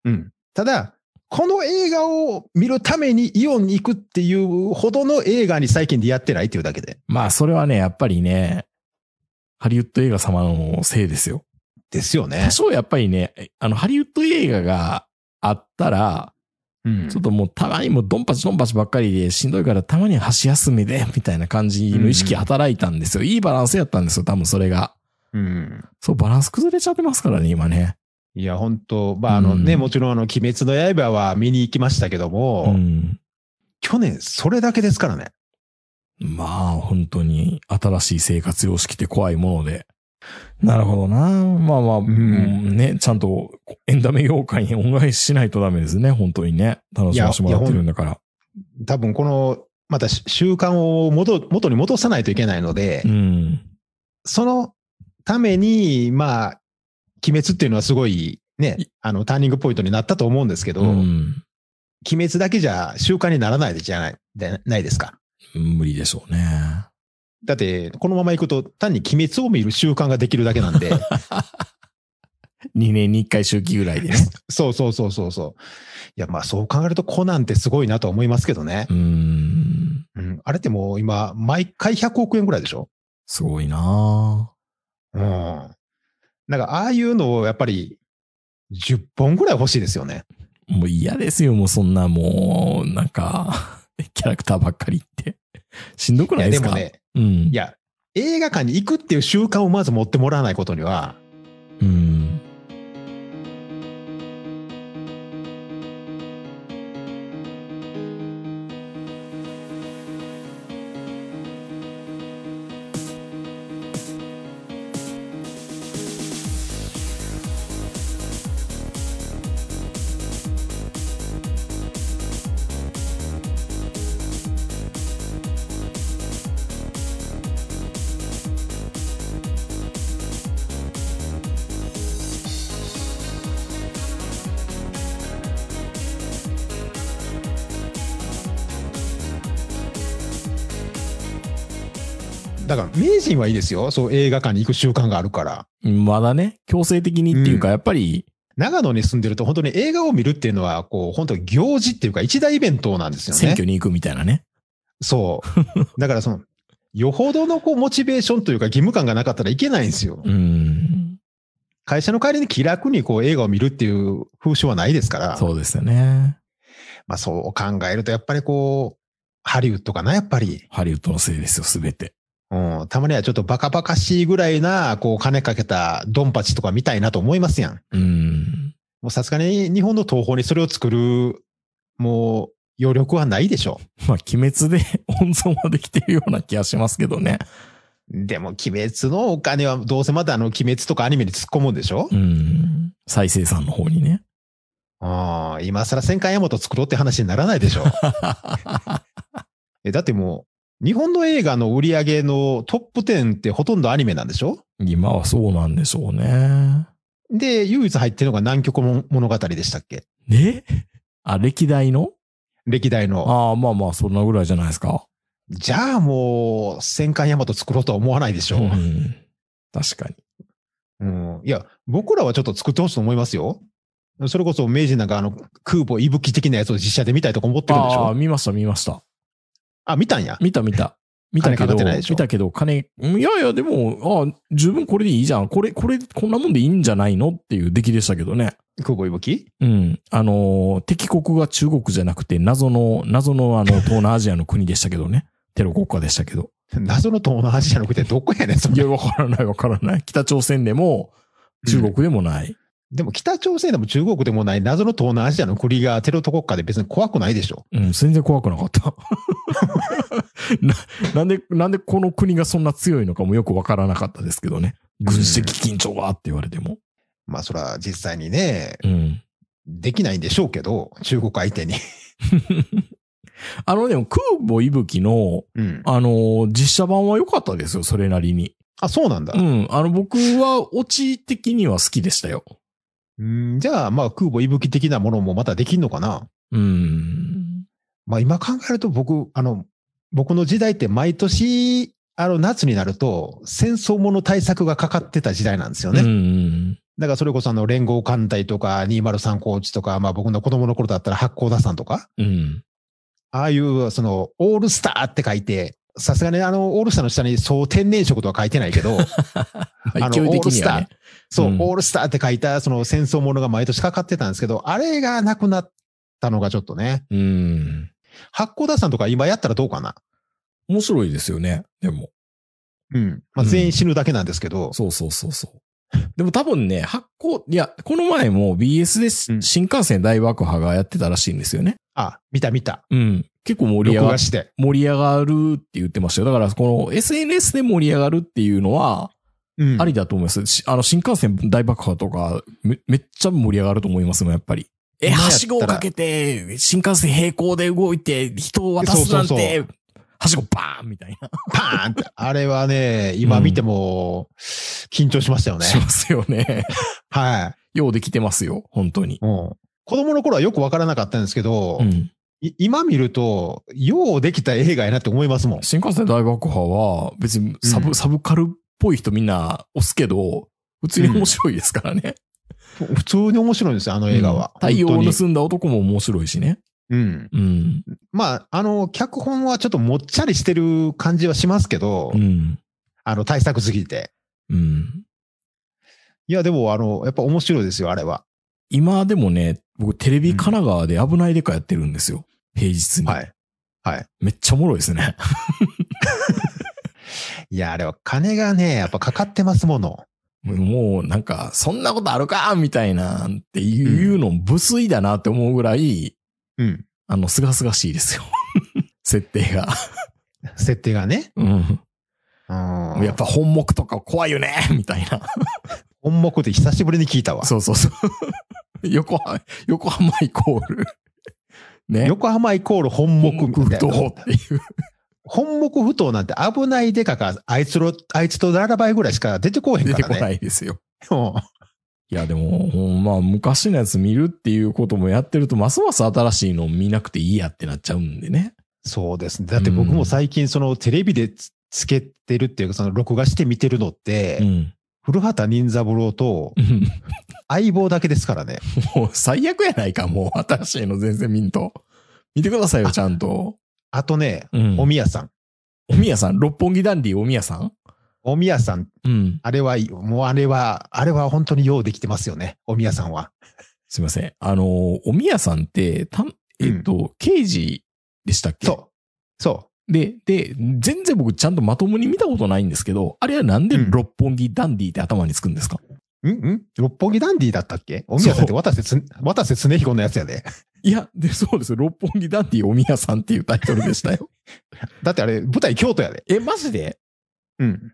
Speaker 4: うん。ただ、この映画を見るためにイオンに行くっていうほどの映画に最近でやってないっていうだけで。
Speaker 3: まあ、それはね、やっぱりね、ハリウッド映画様のせいですよ。
Speaker 4: ですよね
Speaker 3: 多。少やっぱりね、あの、ハリウッド映画があったら、
Speaker 4: うん
Speaker 3: ちょっともうたまにもうドンパチドンパチばっかりでしんどいからたまには箸休めで、 [laughs] みたいな感じの意識働いたんですよ。いいバランスやったんですよ、多分それが。
Speaker 4: うん。
Speaker 3: そう、バランス崩れちゃってますからね、今ね。
Speaker 4: いや、本当まあ、あのね、
Speaker 3: うん
Speaker 4: もちろんあの、鬼滅の刃は見に行きましたけども、
Speaker 3: うん。
Speaker 4: 去年それだけですからね。
Speaker 3: まあ、本当に新しい生活様式って怖いもので。なるほどな。まあまあ、
Speaker 4: ん
Speaker 3: ね、ちゃんとエンタメ業界に恩返ししないとダメですね、本当にね。楽しませてもらってるんだから。
Speaker 4: 多分この、またし習慣を元元に戻さないといけないので、
Speaker 3: うん。
Speaker 4: そのために、まあ、鬼滅っていうのはすごいね
Speaker 3: い、
Speaker 4: あの、ターニングポイントになったと思うんですけど、
Speaker 3: うん。
Speaker 4: 鬼滅だけじゃ習慣にならないじゃない、でないですか。
Speaker 3: 無理でしょうね。
Speaker 4: だって、このままいくと単に鬼滅を見る習慣ができるだけ
Speaker 3: [laughs]
Speaker 4: なんで、
Speaker 3: 2年に1回周期ぐらいでね。
Speaker 4: そうそうそうそうそう。いや、まあそう考えるとコナンってすごいなとは思いますけどね。
Speaker 3: うん。
Speaker 4: うん、あれってもう今、毎回100億円ぐらいでしょ
Speaker 3: すごいな
Speaker 4: うん。なんか、ああいうのをやっぱり、10本ぐらい欲しいですよね。
Speaker 3: ぁもう嫌ですよ、もうそんなもう、なんか、 [laughs] キャラクターばっかりって。しんどく
Speaker 4: い
Speaker 3: ないで
Speaker 4: や、です
Speaker 3: か
Speaker 4: もね、
Speaker 3: うん。
Speaker 4: いや、映画館に行くっていう習慣をまず持ってもらわないことには、
Speaker 3: うん。
Speaker 4: だから、名人はいいですよ。そう、映画館に行く習慣があるから。
Speaker 3: まだね、強制的にっていうか、やっぱり、
Speaker 4: 長野に住んでると、本当に映画を見るっていうのは、こう、本当に行事っていうか、一大イベントなんですよね。
Speaker 3: 選挙に行くみたいなね。
Speaker 4: そう。だから、その、よほどのこうモチベーションというか義務感がなかったらいけないんですよ。
Speaker 3: うん。
Speaker 4: 会社の帰りに気楽にこう映画を見るっていう風習はないですから。
Speaker 3: そうですよね。
Speaker 4: まあそう考えると、やっぱりこう、ハリウッドかな、やっぱり。
Speaker 3: ハリウッドのせいですよ、すべて。
Speaker 4: うん、たまにはちょっとバカバカしいぐらいな、こう、金かけたドンパチとか見たいなと思いますやん。
Speaker 3: うん。
Speaker 4: もうさすがに日本の東方にそれを作る、もう、余力はないでしょ
Speaker 3: まあ、鬼滅で [laughs] 温存はできてるような気がしますけどね。
Speaker 4: う。でも、鬼滅のお金はどうせまたあの、鬼滅とかアニメに突っ込むんでしょ、
Speaker 3: うん。再生産の方にね。
Speaker 4: ああ、今更戦艦ヤマト作ろうって話にならないでしょ [laughs] え、だってもう、日本の映画の売り上げのトップ10ってほとんどアニメなんでしょ
Speaker 3: 今はそうなんでしょうね。
Speaker 4: で、唯一入ってるのが南極物語でしたっけ
Speaker 3: ねあ、歴代の
Speaker 4: 歴代の。
Speaker 3: ああ、まあまあ、そんなぐらいじゃないですか。
Speaker 4: じゃあもう、戦艦ヤマト作ろうとは思わないでしょう。
Speaker 3: ん。確かに。
Speaker 4: うんいや、僕らはちょっと作ってほしいと思いますよ。それこそ明治なんかあの、空母息吹的なやつを実写で見たいとか思ってるんでし
Speaker 3: ああ、
Speaker 4: ょ
Speaker 3: 見ました、見ました。
Speaker 4: あ見たんや。
Speaker 3: 見た、見た。見た
Speaker 4: 金
Speaker 3: け
Speaker 4: かか
Speaker 3: ど、
Speaker 4: ってないでしょ
Speaker 3: 見たけど、金、うんいやいや、でも、ああ、十分これでいいじゃん。これ、これ、こんなもんでいいんじゃないのっていう出来でしたけどね。
Speaker 4: 空母息吹
Speaker 3: うん。あのー、敵国が中国じゃなくて、謎の、謎のあ [laughs] の、東南アジアの国でしたけどね。テロ国家でしたけど。
Speaker 4: 謎の東南アジアの国ってどこやねん、そ
Speaker 3: い
Speaker 4: れ
Speaker 3: や、わからない、わからない。北朝鮮でも、中国でもない。
Speaker 4: でも北朝鮮でも中国でもない謎の東南アジアの国がテロ国家で別に怖くないでしょ。
Speaker 3: うん、全然怖くなかった。 [laughs] ななんで、なんでこの国がそんな強いのかもよくわからなかったですけどね。軍事的緊張がって言われても。
Speaker 4: まあそら実際にね、
Speaker 3: うん。
Speaker 4: できないんでしょうけど、中国相手に。
Speaker 3: あの、でも、空母息吹の、
Speaker 4: うん。
Speaker 3: あの、実写版は良かったですよ、それなりに。
Speaker 4: あ、そうなんだ
Speaker 3: う。ん。あの、僕は、オチ的には好きでしたよ。
Speaker 4: うん、じゃあ、まあ、空母息吹的なものもまたできんのかな。
Speaker 3: うん。
Speaker 4: まあ、今考えると僕、あの、僕の時代って毎年、あの、夏になると、戦争もの対策がかかってた時代なんですよね。
Speaker 3: うん。
Speaker 4: だからそれこそあの、連合艦隊とか、203高地とか、まあ僕の子供の頃だったら八甲田山とか、
Speaker 3: うん。
Speaker 4: ああいう、その、オールスターって書いて、さすがにあの、オールスターの下に総天然色とは書いてない
Speaker 3: [laughs]
Speaker 4: けど、あの
Speaker 3: 勢い
Speaker 4: オール
Speaker 3: 的
Speaker 4: ス
Speaker 3: に
Speaker 4: ター
Speaker 3: はね。
Speaker 4: そう、
Speaker 3: うん
Speaker 4: オールスターって書いた、その戦争ものが毎年かかってたんですけど、あれがなくなったのがちょっとね、
Speaker 3: うん。
Speaker 4: 八甲田山とか今やったらどうかな。
Speaker 3: 面白いですよね。でも。
Speaker 4: うん。
Speaker 3: う
Speaker 4: まあ
Speaker 3: ん
Speaker 4: 全員死ぬだけなんですけど、
Speaker 3: そうそうそうそう。でも多分ね、発行、いや、この前も BS で
Speaker 4: うん
Speaker 3: 新幹線大爆破がやってたらしいんですよね。
Speaker 4: あ、見た見た。
Speaker 3: うん。結構盛り上
Speaker 4: 録
Speaker 3: が
Speaker 4: 画、して。
Speaker 3: 盛り上がるって言ってましたよ。だから、この SNS で盛り上がるっていうのは、
Speaker 4: うん。
Speaker 3: ありだと思います。しあの、新幹線大爆破とかめ、めっちゃ盛り上がると思いますもん、やっぱり。え、
Speaker 4: 今やった
Speaker 3: は
Speaker 4: ら
Speaker 3: しごをかけて、新幹線平行で動いて、人を渡すなん
Speaker 4: そうそ
Speaker 3: て、はしごバーンみたいな。
Speaker 4: パーンって。あれはね、今見ても、緊張しましたよね。
Speaker 3: しますよね。
Speaker 4: はい。
Speaker 3: ようできてますよ、本当に。
Speaker 4: うん子供の頃はよくわからなかったんですけど、
Speaker 3: うん。
Speaker 4: い今見ると、ようできた映画やなって思いますもん。
Speaker 3: 新幹線大爆破は、別にサブ、
Speaker 4: うん
Speaker 3: サブカルっぽい人みんな押すけど、普通に面白いですからね。
Speaker 4: 普通に面白いんですよ、あの映画は。
Speaker 3: 太陽
Speaker 4: 本当
Speaker 3: を
Speaker 4: に
Speaker 3: 盗んだ男も面白いしね。
Speaker 4: うん。
Speaker 3: うん。
Speaker 4: まあ、あの、脚本はちょっともっちゃりしてる感じはしますけど、
Speaker 3: うん。
Speaker 4: あの、対策すぎて。
Speaker 3: うん。
Speaker 4: いや、でも、あの、やっぱ面白いですよ、あれは。
Speaker 3: 今でもね、僕テレビ神奈川で危ないでかやってるんですよ。平日に。
Speaker 4: はい。はい。
Speaker 3: めっちゃおもろいですね。
Speaker 4: いや、あれは金がね、やっぱかかってますもの。
Speaker 3: もうなんか、そんなことあるかみたいなんっていうの、無粋だなって思うぐらい、
Speaker 4: うん。
Speaker 3: あの、すがすがしいですよ。 [laughs] 設定が。
Speaker 4: 設定がね。
Speaker 3: うん。
Speaker 4: うん。
Speaker 3: やっぱ本目とか怖いよねみたいな。
Speaker 4: 本目で久しぶりに聞いたわ。
Speaker 3: そうそう [laughs] そう。横浜、横浜イコール。 [laughs] ね。
Speaker 4: 横浜イコール本目
Speaker 3: 本
Speaker 4: みたい
Speaker 3: どう
Speaker 4: な
Speaker 3: っ。ていう。
Speaker 4: 本目不当なんて危ないデカか、あいつろ、あいつとララバイぐらいしか出てこうへん
Speaker 3: 出
Speaker 4: か
Speaker 3: て
Speaker 4: ら
Speaker 3: こな
Speaker 4: ね。
Speaker 3: いですよ。
Speaker 4: うん
Speaker 3: いや、でも、ほんまあ、昔のやつ見るっていうこともやってると、ますます新しいの見なくていいやってなっちゃうんでね。
Speaker 4: そうですね。だって僕も最近そのテレビでつつけてるっていうか、その録画して見てるのって、
Speaker 3: うん。 [laughs]
Speaker 4: 古畑任三郎と
Speaker 3: うん
Speaker 4: 相棒だけですからね。
Speaker 3: もう最悪やないか、もう。新しいの全然見んと。見てくださいよ、ちゃんと。
Speaker 4: あとね、
Speaker 3: うん。
Speaker 4: おみやさん。
Speaker 3: おみやさん、六本木ダンディおみやさん
Speaker 4: おみやさん、
Speaker 3: うん。
Speaker 4: あれはいい、もうあれは、あれは本当にようできてますよね。おみやさんは。
Speaker 3: すいません。あの、おみやさんって、たんえっと、刑事でしたっけ。
Speaker 4: そう。そう
Speaker 3: で、で、全然僕ちゃんとまともに見たことないんですけど、あれはなんで
Speaker 4: うん
Speaker 3: 六本木ダンディって頭につくんですか、
Speaker 4: う。んん六本木ダンディだったっけおみやさんって渡瀬つ、渡瀬常彦のやつやで。 [laughs]
Speaker 3: いや、で、そうですよ。六本木ダンディおみやさんっていうタイトルでしたよ。
Speaker 4: だってあれ、舞台京都やで。
Speaker 3: [laughs] え、マジで
Speaker 4: うん。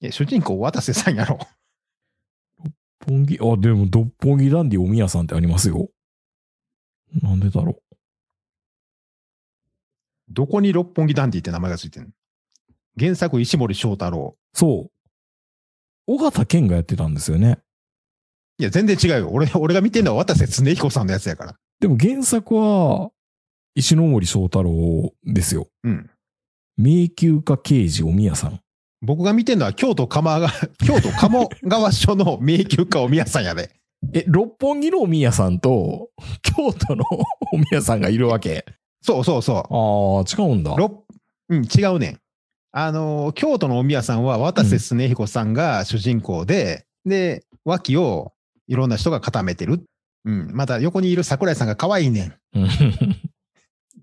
Speaker 4: いや主人公渡瀬さんやろ。
Speaker 3: 六本木、あ、でも、六本木ダンディおみやさんってありますよ。なんでだろ
Speaker 4: どこに六本木ダンディって名前がついてんの原作石森章太郎。
Speaker 3: う。そう。尾形健がやってたんですよね。
Speaker 4: いや、全然違うよ。俺、俺が見てんのは渡瀬恒彦さんのやつやから。
Speaker 3: でも原作は、石ノ森章太郎ですよ。
Speaker 4: うん。
Speaker 3: 迷宮家刑事おみやさん。
Speaker 4: 僕が見てんのは京都鎌川、 [laughs] 京都鴨川署の迷宮家お宮さんやで。
Speaker 3: え、六本木のおみやさんと、 [laughs] 京都のおみやさんがいるわけ。
Speaker 4: そうそうそ
Speaker 3: あー、違うんだ
Speaker 4: う。。六、うん、違うねん。あのー、京都のお宮さんは渡瀬恒彦さんが主人公で、で、脇をいろんな人が固めてる。うん。また横にいる桜井さんが可愛いねん。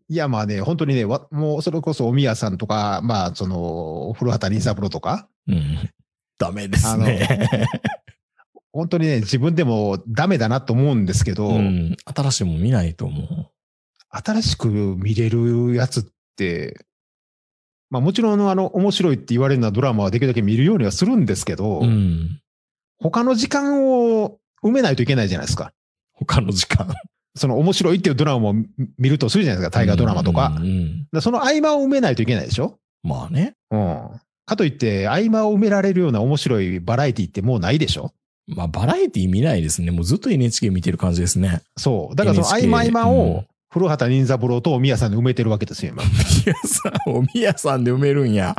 Speaker 4: いや、まあね、本当にね、わもうそれこそお宮さんとか、まあ、その、古畑任三郎とか、
Speaker 3: うん [laughs] ダメです [laughs] ね。
Speaker 4: 本当にね、自分でもダメだなと思うんですけど、
Speaker 3: うん、新しいもん見ないと思
Speaker 4: 新しく見れるやつって、まあもちろんあの、面白いって言われるようなドラマはできるだけ見るようにはするんですけど、
Speaker 3: う。うん。
Speaker 4: 他の時間を埋めないといけないじゃないですか。
Speaker 3: 他の時間。
Speaker 4: その面白いっていうドラマを見見るとするじゃないですか、大河ドラマとか。
Speaker 3: うんうんうん
Speaker 4: だからその合間を埋めないといけないでしょ
Speaker 3: まあね。
Speaker 4: うん。かといって、合間を埋められるような面白いバラエティってもうないでしょ
Speaker 3: まあ、バラエティ見ないですね。もうずっと NHK 見てる感じですね。
Speaker 4: そう。だからその
Speaker 3: NHK
Speaker 4: 合間合間
Speaker 3: う
Speaker 4: を
Speaker 3: ん、
Speaker 4: 古畑任三郎とお宮さんで埋めてるわけですよ、今。
Speaker 3: 宮さん、お宮さんで埋めるんや。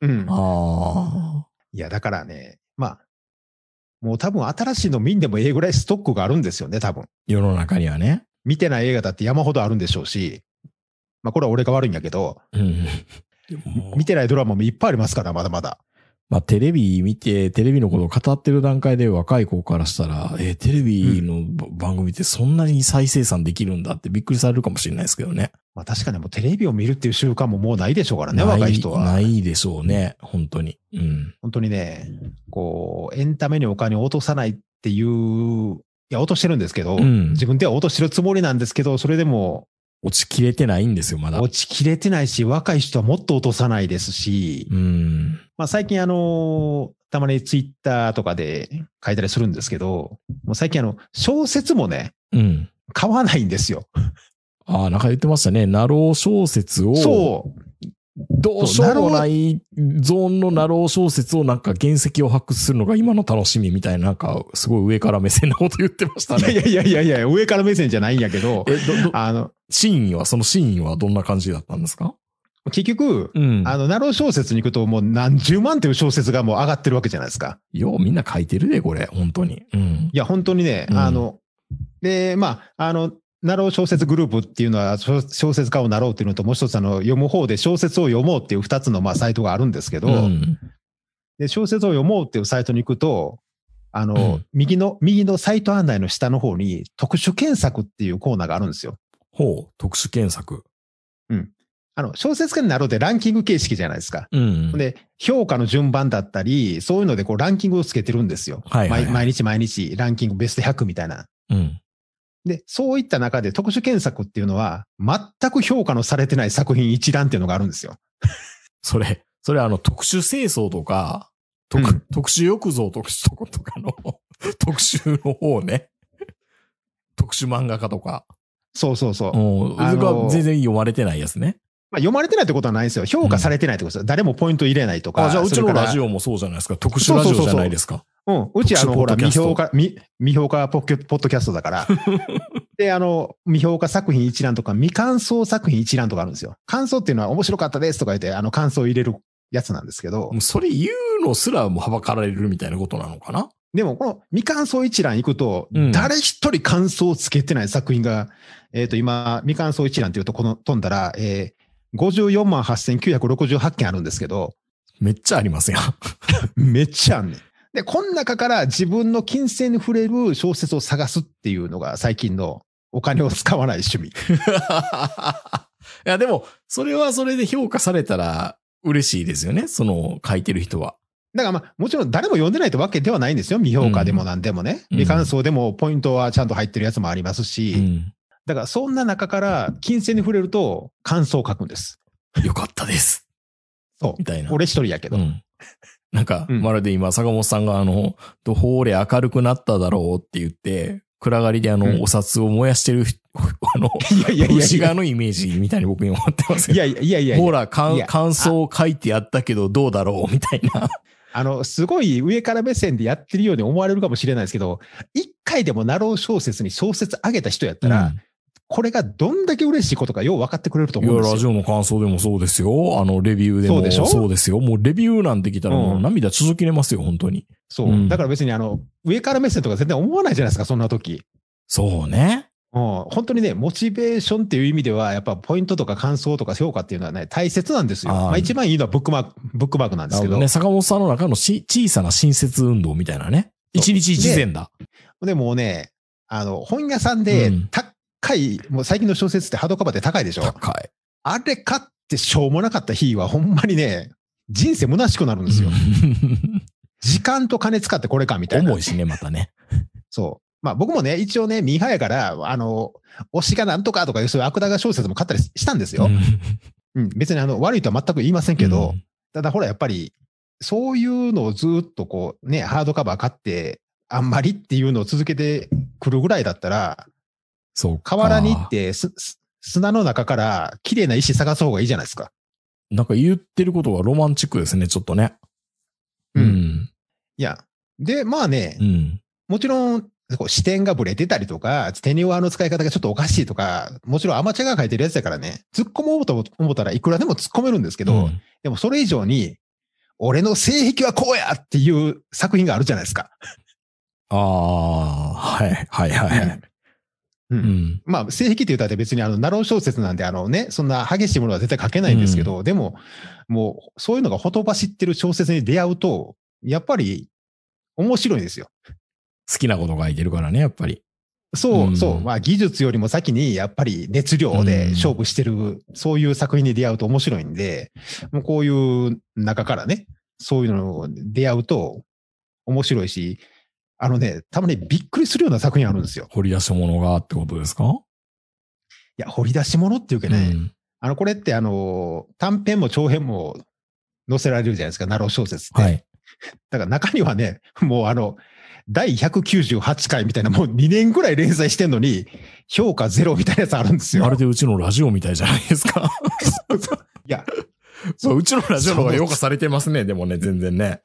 Speaker 4: うん
Speaker 3: あ。あ。
Speaker 4: いや、だからね、まあ、もう多分新しいの見んでもええぐらいストックがあるんですよね、多分。
Speaker 3: 世の中にはね。
Speaker 4: 見てない映画だって山ほどあるんでしょうし、まあこれは俺が悪いんやけど、
Speaker 3: うん。
Speaker 4: 見てないドラマもいっぱいありますから、まだまだ。
Speaker 3: まあ、テレビ見て、テレビのことを語ってる段階で若い子からしたら、えーテレビのば番組ってそんなに再生産できるんだってびっくりされるかもしれないですけどね。
Speaker 4: まあ確かにもうテレビを見るっていう習慣ももうないでしょうからね、
Speaker 3: な
Speaker 4: 若い人は。
Speaker 3: ないでしょうね、本当に。うん。
Speaker 4: 本当にね、こう、エンタメにお金を落とさないっていう、いや、落としてるんですけど、
Speaker 3: うん。
Speaker 4: 自分では落としてるつもりなんですけど、それでも
Speaker 3: 落ちきれてないんですよ、まだ。
Speaker 4: 落ちきれてないし、若い人はもっと落とさないですし、
Speaker 3: うん。
Speaker 4: まあ最近あの、たまにツイッターとかで書いたりするんですけど、もう最近あの、小説もね、
Speaker 3: うん。
Speaker 4: 買わないんですよ。
Speaker 3: ああ、なんか言ってましたね。ナロー小説を、
Speaker 4: そう。
Speaker 3: どうしようもないゾーンのナロー小説をなんか原石を発掘するのが今の楽しみみたいな、なんかすごい上から目線なこと言ってました
Speaker 4: いや
Speaker 3: ね。
Speaker 4: いやいやいやいや、上から目線じゃないんやけど、
Speaker 3: え、ど、ど、
Speaker 4: あの、
Speaker 3: シーンは、そのシーンはどんな感じだったんですか
Speaker 4: 結局、
Speaker 3: うん
Speaker 4: あの、ナロー小説に行くともう何十万という小説がもう上がってるわけじゃないですか。
Speaker 3: ようみんな書いてるで、これ、本当に。うん。
Speaker 4: いや、本当にね、
Speaker 3: うん
Speaker 4: あの、で、まあ、あの、ナロー小説グループっていうのは、小小説家をなろうっていうのと、もう一つあの、読む方で小説を読もうっていう二つの、まあ、サイトがあるんですけど、
Speaker 3: うん
Speaker 4: で、小説を読もうっていうサイトに行くと、あの、
Speaker 3: うん
Speaker 4: 右の、右のサイト案内の下の方に、特殊検索っていうコーナーがあるんですよ。
Speaker 3: ほう、特殊検索。
Speaker 4: あの、小説家になろうってランキング形式じゃないですか。
Speaker 3: うん。
Speaker 4: で、評価の順番だったり、そういうので、こう、ランキングをつけてるんですよ。
Speaker 3: はいはい
Speaker 4: 毎
Speaker 3: はい
Speaker 4: 毎日毎日、ランキングベスト100みたいな。
Speaker 3: うん。
Speaker 4: で、そういった中で特殊検索っていうのは、全く評価のされてない作品一覧っていうのがあるんですよ。
Speaker 3: それ、それあの、特殊清掃とか、特
Speaker 4: うん
Speaker 3: 特殊浴槽特殊とことかの、 [laughs] 特殊の方ね。 [laughs] 特殊漫画家とか。
Speaker 4: そうそうそう。
Speaker 3: うん。
Speaker 4: あの
Speaker 3: が全然読まれてないやつね。
Speaker 4: まあ、読まれてないってことはないですよ。評価されてないってことですよ。誰もポイント入れないとか。
Speaker 3: あ、じゃあ、うちのラジ
Speaker 4: オ。
Speaker 3: オもそうじゃないですか。特殊ラジオじゃないですか。
Speaker 4: うん。うち、あ
Speaker 3: 特殊ポ
Speaker 4: の、ほ
Speaker 3: ッド
Speaker 4: ら、
Speaker 3: キャ
Speaker 4: 未
Speaker 3: スト
Speaker 4: 評価、未未評価ポッケポッドキャスト
Speaker 3: [laughs]
Speaker 4: だから。で、あの、未評価作品一覧とか、未感想作品一覧とかあるんですよ。感想っていうのは面白かったですとか言って、あの、感想を入れるやつなんですけ
Speaker 3: も
Speaker 4: ど
Speaker 3: う、それ言うのすらもはばかられるみたいなことなのかな
Speaker 4: でも、この未感想一覧行くと
Speaker 3: うん、
Speaker 4: 誰一人感想をつけてない作品が、えっ、と、今、未感想一覧っていうと、この、飛んだら、えー、54万8968件あるんですけど、
Speaker 3: めっちゃありますやん。
Speaker 4: めっちゃあんねん。で、こん中から自分の金銭に触れる小説を探すっていうのが最近のお金を使わない趣味。
Speaker 3: いや、でも、それはそれで評価されたら嬉しいですよね。その、書いてる人は。
Speaker 4: だからまあ、もちろん誰も読んでないってわけではないんですよ。未評価でも何でもね。未感想でもポイントはちゃんと入ってるやつもありますし、
Speaker 3: うん。
Speaker 4: だからそんな中から金銭に触れると感想を書くんです。
Speaker 3: よかったです。
Speaker 4: そう
Speaker 3: み。たいな。
Speaker 4: 俺一人やけど。
Speaker 3: うん。なんか、
Speaker 4: うん
Speaker 3: まるで今、坂本さんが、あの、どほーれ明るくなっただろうって言って、暗がりであの、
Speaker 4: うん
Speaker 3: お札を燃やしてる人、あの、
Speaker 4: いやいやいや
Speaker 3: 牛
Speaker 4: いや
Speaker 3: 側のイメージみたいに僕に思ってます
Speaker 4: い
Speaker 3: よ。
Speaker 4: やいやいやいや
Speaker 3: ほら、か
Speaker 4: い
Speaker 3: ん
Speaker 4: や
Speaker 3: 感想を書いてやったけど、どうだろうみたいな。
Speaker 4: あの、すごい上から目線でやってるように思われるかもしれないですけど、一回でもナロー小説に小説あげた人やったら、これがどんだけ嬉しいことかよう分かってくれると
Speaker 3: いや、
Speaker 4: 思うん
Speaker 3: ラ
Speaker 4: です
Speaker 3: ジ
Speaker 4: よ。
Speaker 3: オの感想でもそうですよ。あの、レビューでも。
Speaker 4: そうでしょ
Speaker 3: そうですよ。もうレビューなんて来たらもううん涙続きれますよ、本当に。
Speaker 4: そう、
Speaker 3: うん
Speaker 4: だから別にあの、上から目線とか全然思わないじゃないですか、そんな時。
Speaker 3: そうね。
Speaker 4: うん、本当にね、モチベーションっていう意味では、やっぱポイントとか感想とか評価っていうのはね、大切なんですよ。
Speaker 3: あー
Speaker 4: まあ一番いいのはブックマーク、ブックマークなんですけど。
Speaker 3: ね、坂本さんの中のし小さな新設運動みたいなね。一日一善だ。
Speaker 4: でもうね、あの、本屋さん
Speaker 3: う
Speaker 4: で
Speaker 3: ん
Speaker 4: 高い、もう最近の小説ってハードカバーって高いでしょ。
Speaker 3: 高い。
Speaker 4: あれ買ってしょうもなかった日は、ほんまにね、人生虚しくなるんですよ。時間と金使ってこれかみたい
Speaker 3: [laughs]
Speaker 4: な
Speaker 3: 重。いしね、またね。
Speaker 4: そう。まあ僕もね、一応ね、ミーハーやから、あの、推しがなんとかとかいうそういう芥川小説も買ったりした [laughs] んですよ。うん。別にあの、悪いとは全く言いませんけど、ただほらやっぱり、そういうのをずっとこうね、ハードカバー買って、あんまりっていうのを続けてくるぐらいだったら、
Speaker 3: そうか。
Speaker 4: 河原に行ってす、す砂の中から綺麗な石探す方がいいじゃないですか。
Speaker 3: なんか言ってることがロマンチックですね、ちょっとね。
Speaker 4: うん
Speaker 3: ん。
Speaker 4: いや。で、まあね、
Speaker 3: うん。
Speaker 4: もちろん、こう視点がブレてたりとか、手に輪の使い方がちょっとおかしいとか、もちろんアマチュアが書いてるやつだからね、突っ込もうと思ったらいくらでも突っ込めるんですけど、
Speaker 3: うん
Speaker 4: でもそれ以上に、俺の性癖はこうやっていう作品があるじゃないですか。
Speaker 3: ああ、はい、はい、はい、はい。
Speaker 4: うん
Speaker 3: うん。
Speaker 4: まあ、性癖って言ったって別にあの、ナロー小説なんで、あのね、そんな激しいものは絶対書けないんですけど、でも、もう、そういうのがほとばしってる小説に出会うと、やっぱり、面白いんですよ。
Speaker 3: 好きなことがいけるからね、やっぱり。
Speaker 4: そう、
Speaker 3: うん
Speaker 4: そう。まあ、技術よりも先に、やっぱり熱量で勝負してる、そういう作品に出会うと面白いんで、もうこういう中からね、そういうのに出会うと面白いし、あのね、たまにびっくりするような作品あるんですよ。
Speaker 3: 掘り出し物がってことですか
Speaker 4: いや、掘り出し物っていうかね、
Speaker 3: うん
Speaker 4: あの、これってあの、短編も長編も載せられるじゃないですか、ナロー小説って。
Speaker 3: はい。
Speaker 4: だから中にはね、 [laughs] もうあの、第198回みたいな、もう2年ぐらい連載してんのに、評価ゼロみたいなやつあるんです
Speaker 3: ま
Speaker 4: よ。
Speaker 3: るでうちのラジオみたいじゃないですか。
Speaker 4: [laughs] いや、
Speaker 3: そう、うちのラジオの方が評価されてますね、でもね、全然ね。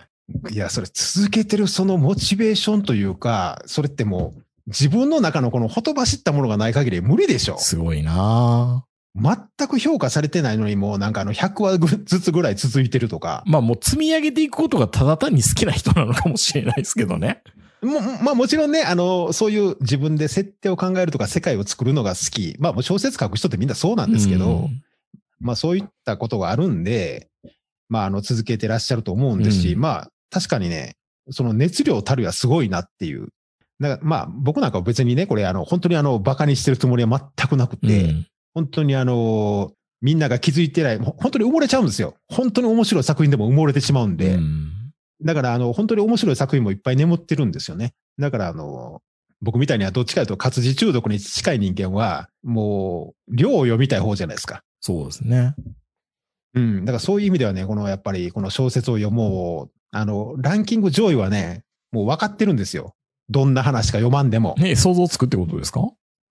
Speaker 4: いや、それ続けてるそのモチベーションというか、それってもう、自分の中のこのほとばしったものがない限り無理でしょ。
Speaker 3: すごいなぁ
Speaker 4: 全く評価されてないのにもうなんかあの100話ずつぐらい続いてるとか。
Speaker 3: まあもう積み上げていくことがただ単に好きな人なのかもしれないですけどね。
Speaker 4: もうまあもちろんね、あの、そういう自分で設定を考えるとか世界を作るのが好き。まあもう小説書く人ってみんなそうなんですけど、
Speaker 3: うん
Speaker 4: まあそういったことがあるんで、まああの続けてらっしゃると思うんですし、
Speaker 3: うん
Speaker 4: まあ確かにね、その熱量たるやすごいなっていう。だからまあ僕なんかは別にね、これあの本当にあのバカにしてるつもりは全くなくて、
Speaker 3: うん
Speaker 4: 本当にあの、みんなが気づいてない、ほ本当に埋もれちゃうんですよ。本当に面白い作品でも埋もれてしまうんで。
Speaker 3: うん
Speaker 4: だから、あの、本当に面白い作品もいっぱい眠ってるんですよね。だから、あの、僕みたいにはどっちかというと活字中毒に近い人間は、もう、量を読みたい方じゃないですか。
Speaker 3: そうですね。
Speaker 4: うん。だからそういう意味ではね、この、やっぱり、この小説を読もう、あの、ランキング上位はね、もう分かってるんですよ。どんな話か読まんで
Speaker 3: [laughs]
Speaker 4: も。
Speaker 3: ね、想像つくってことですか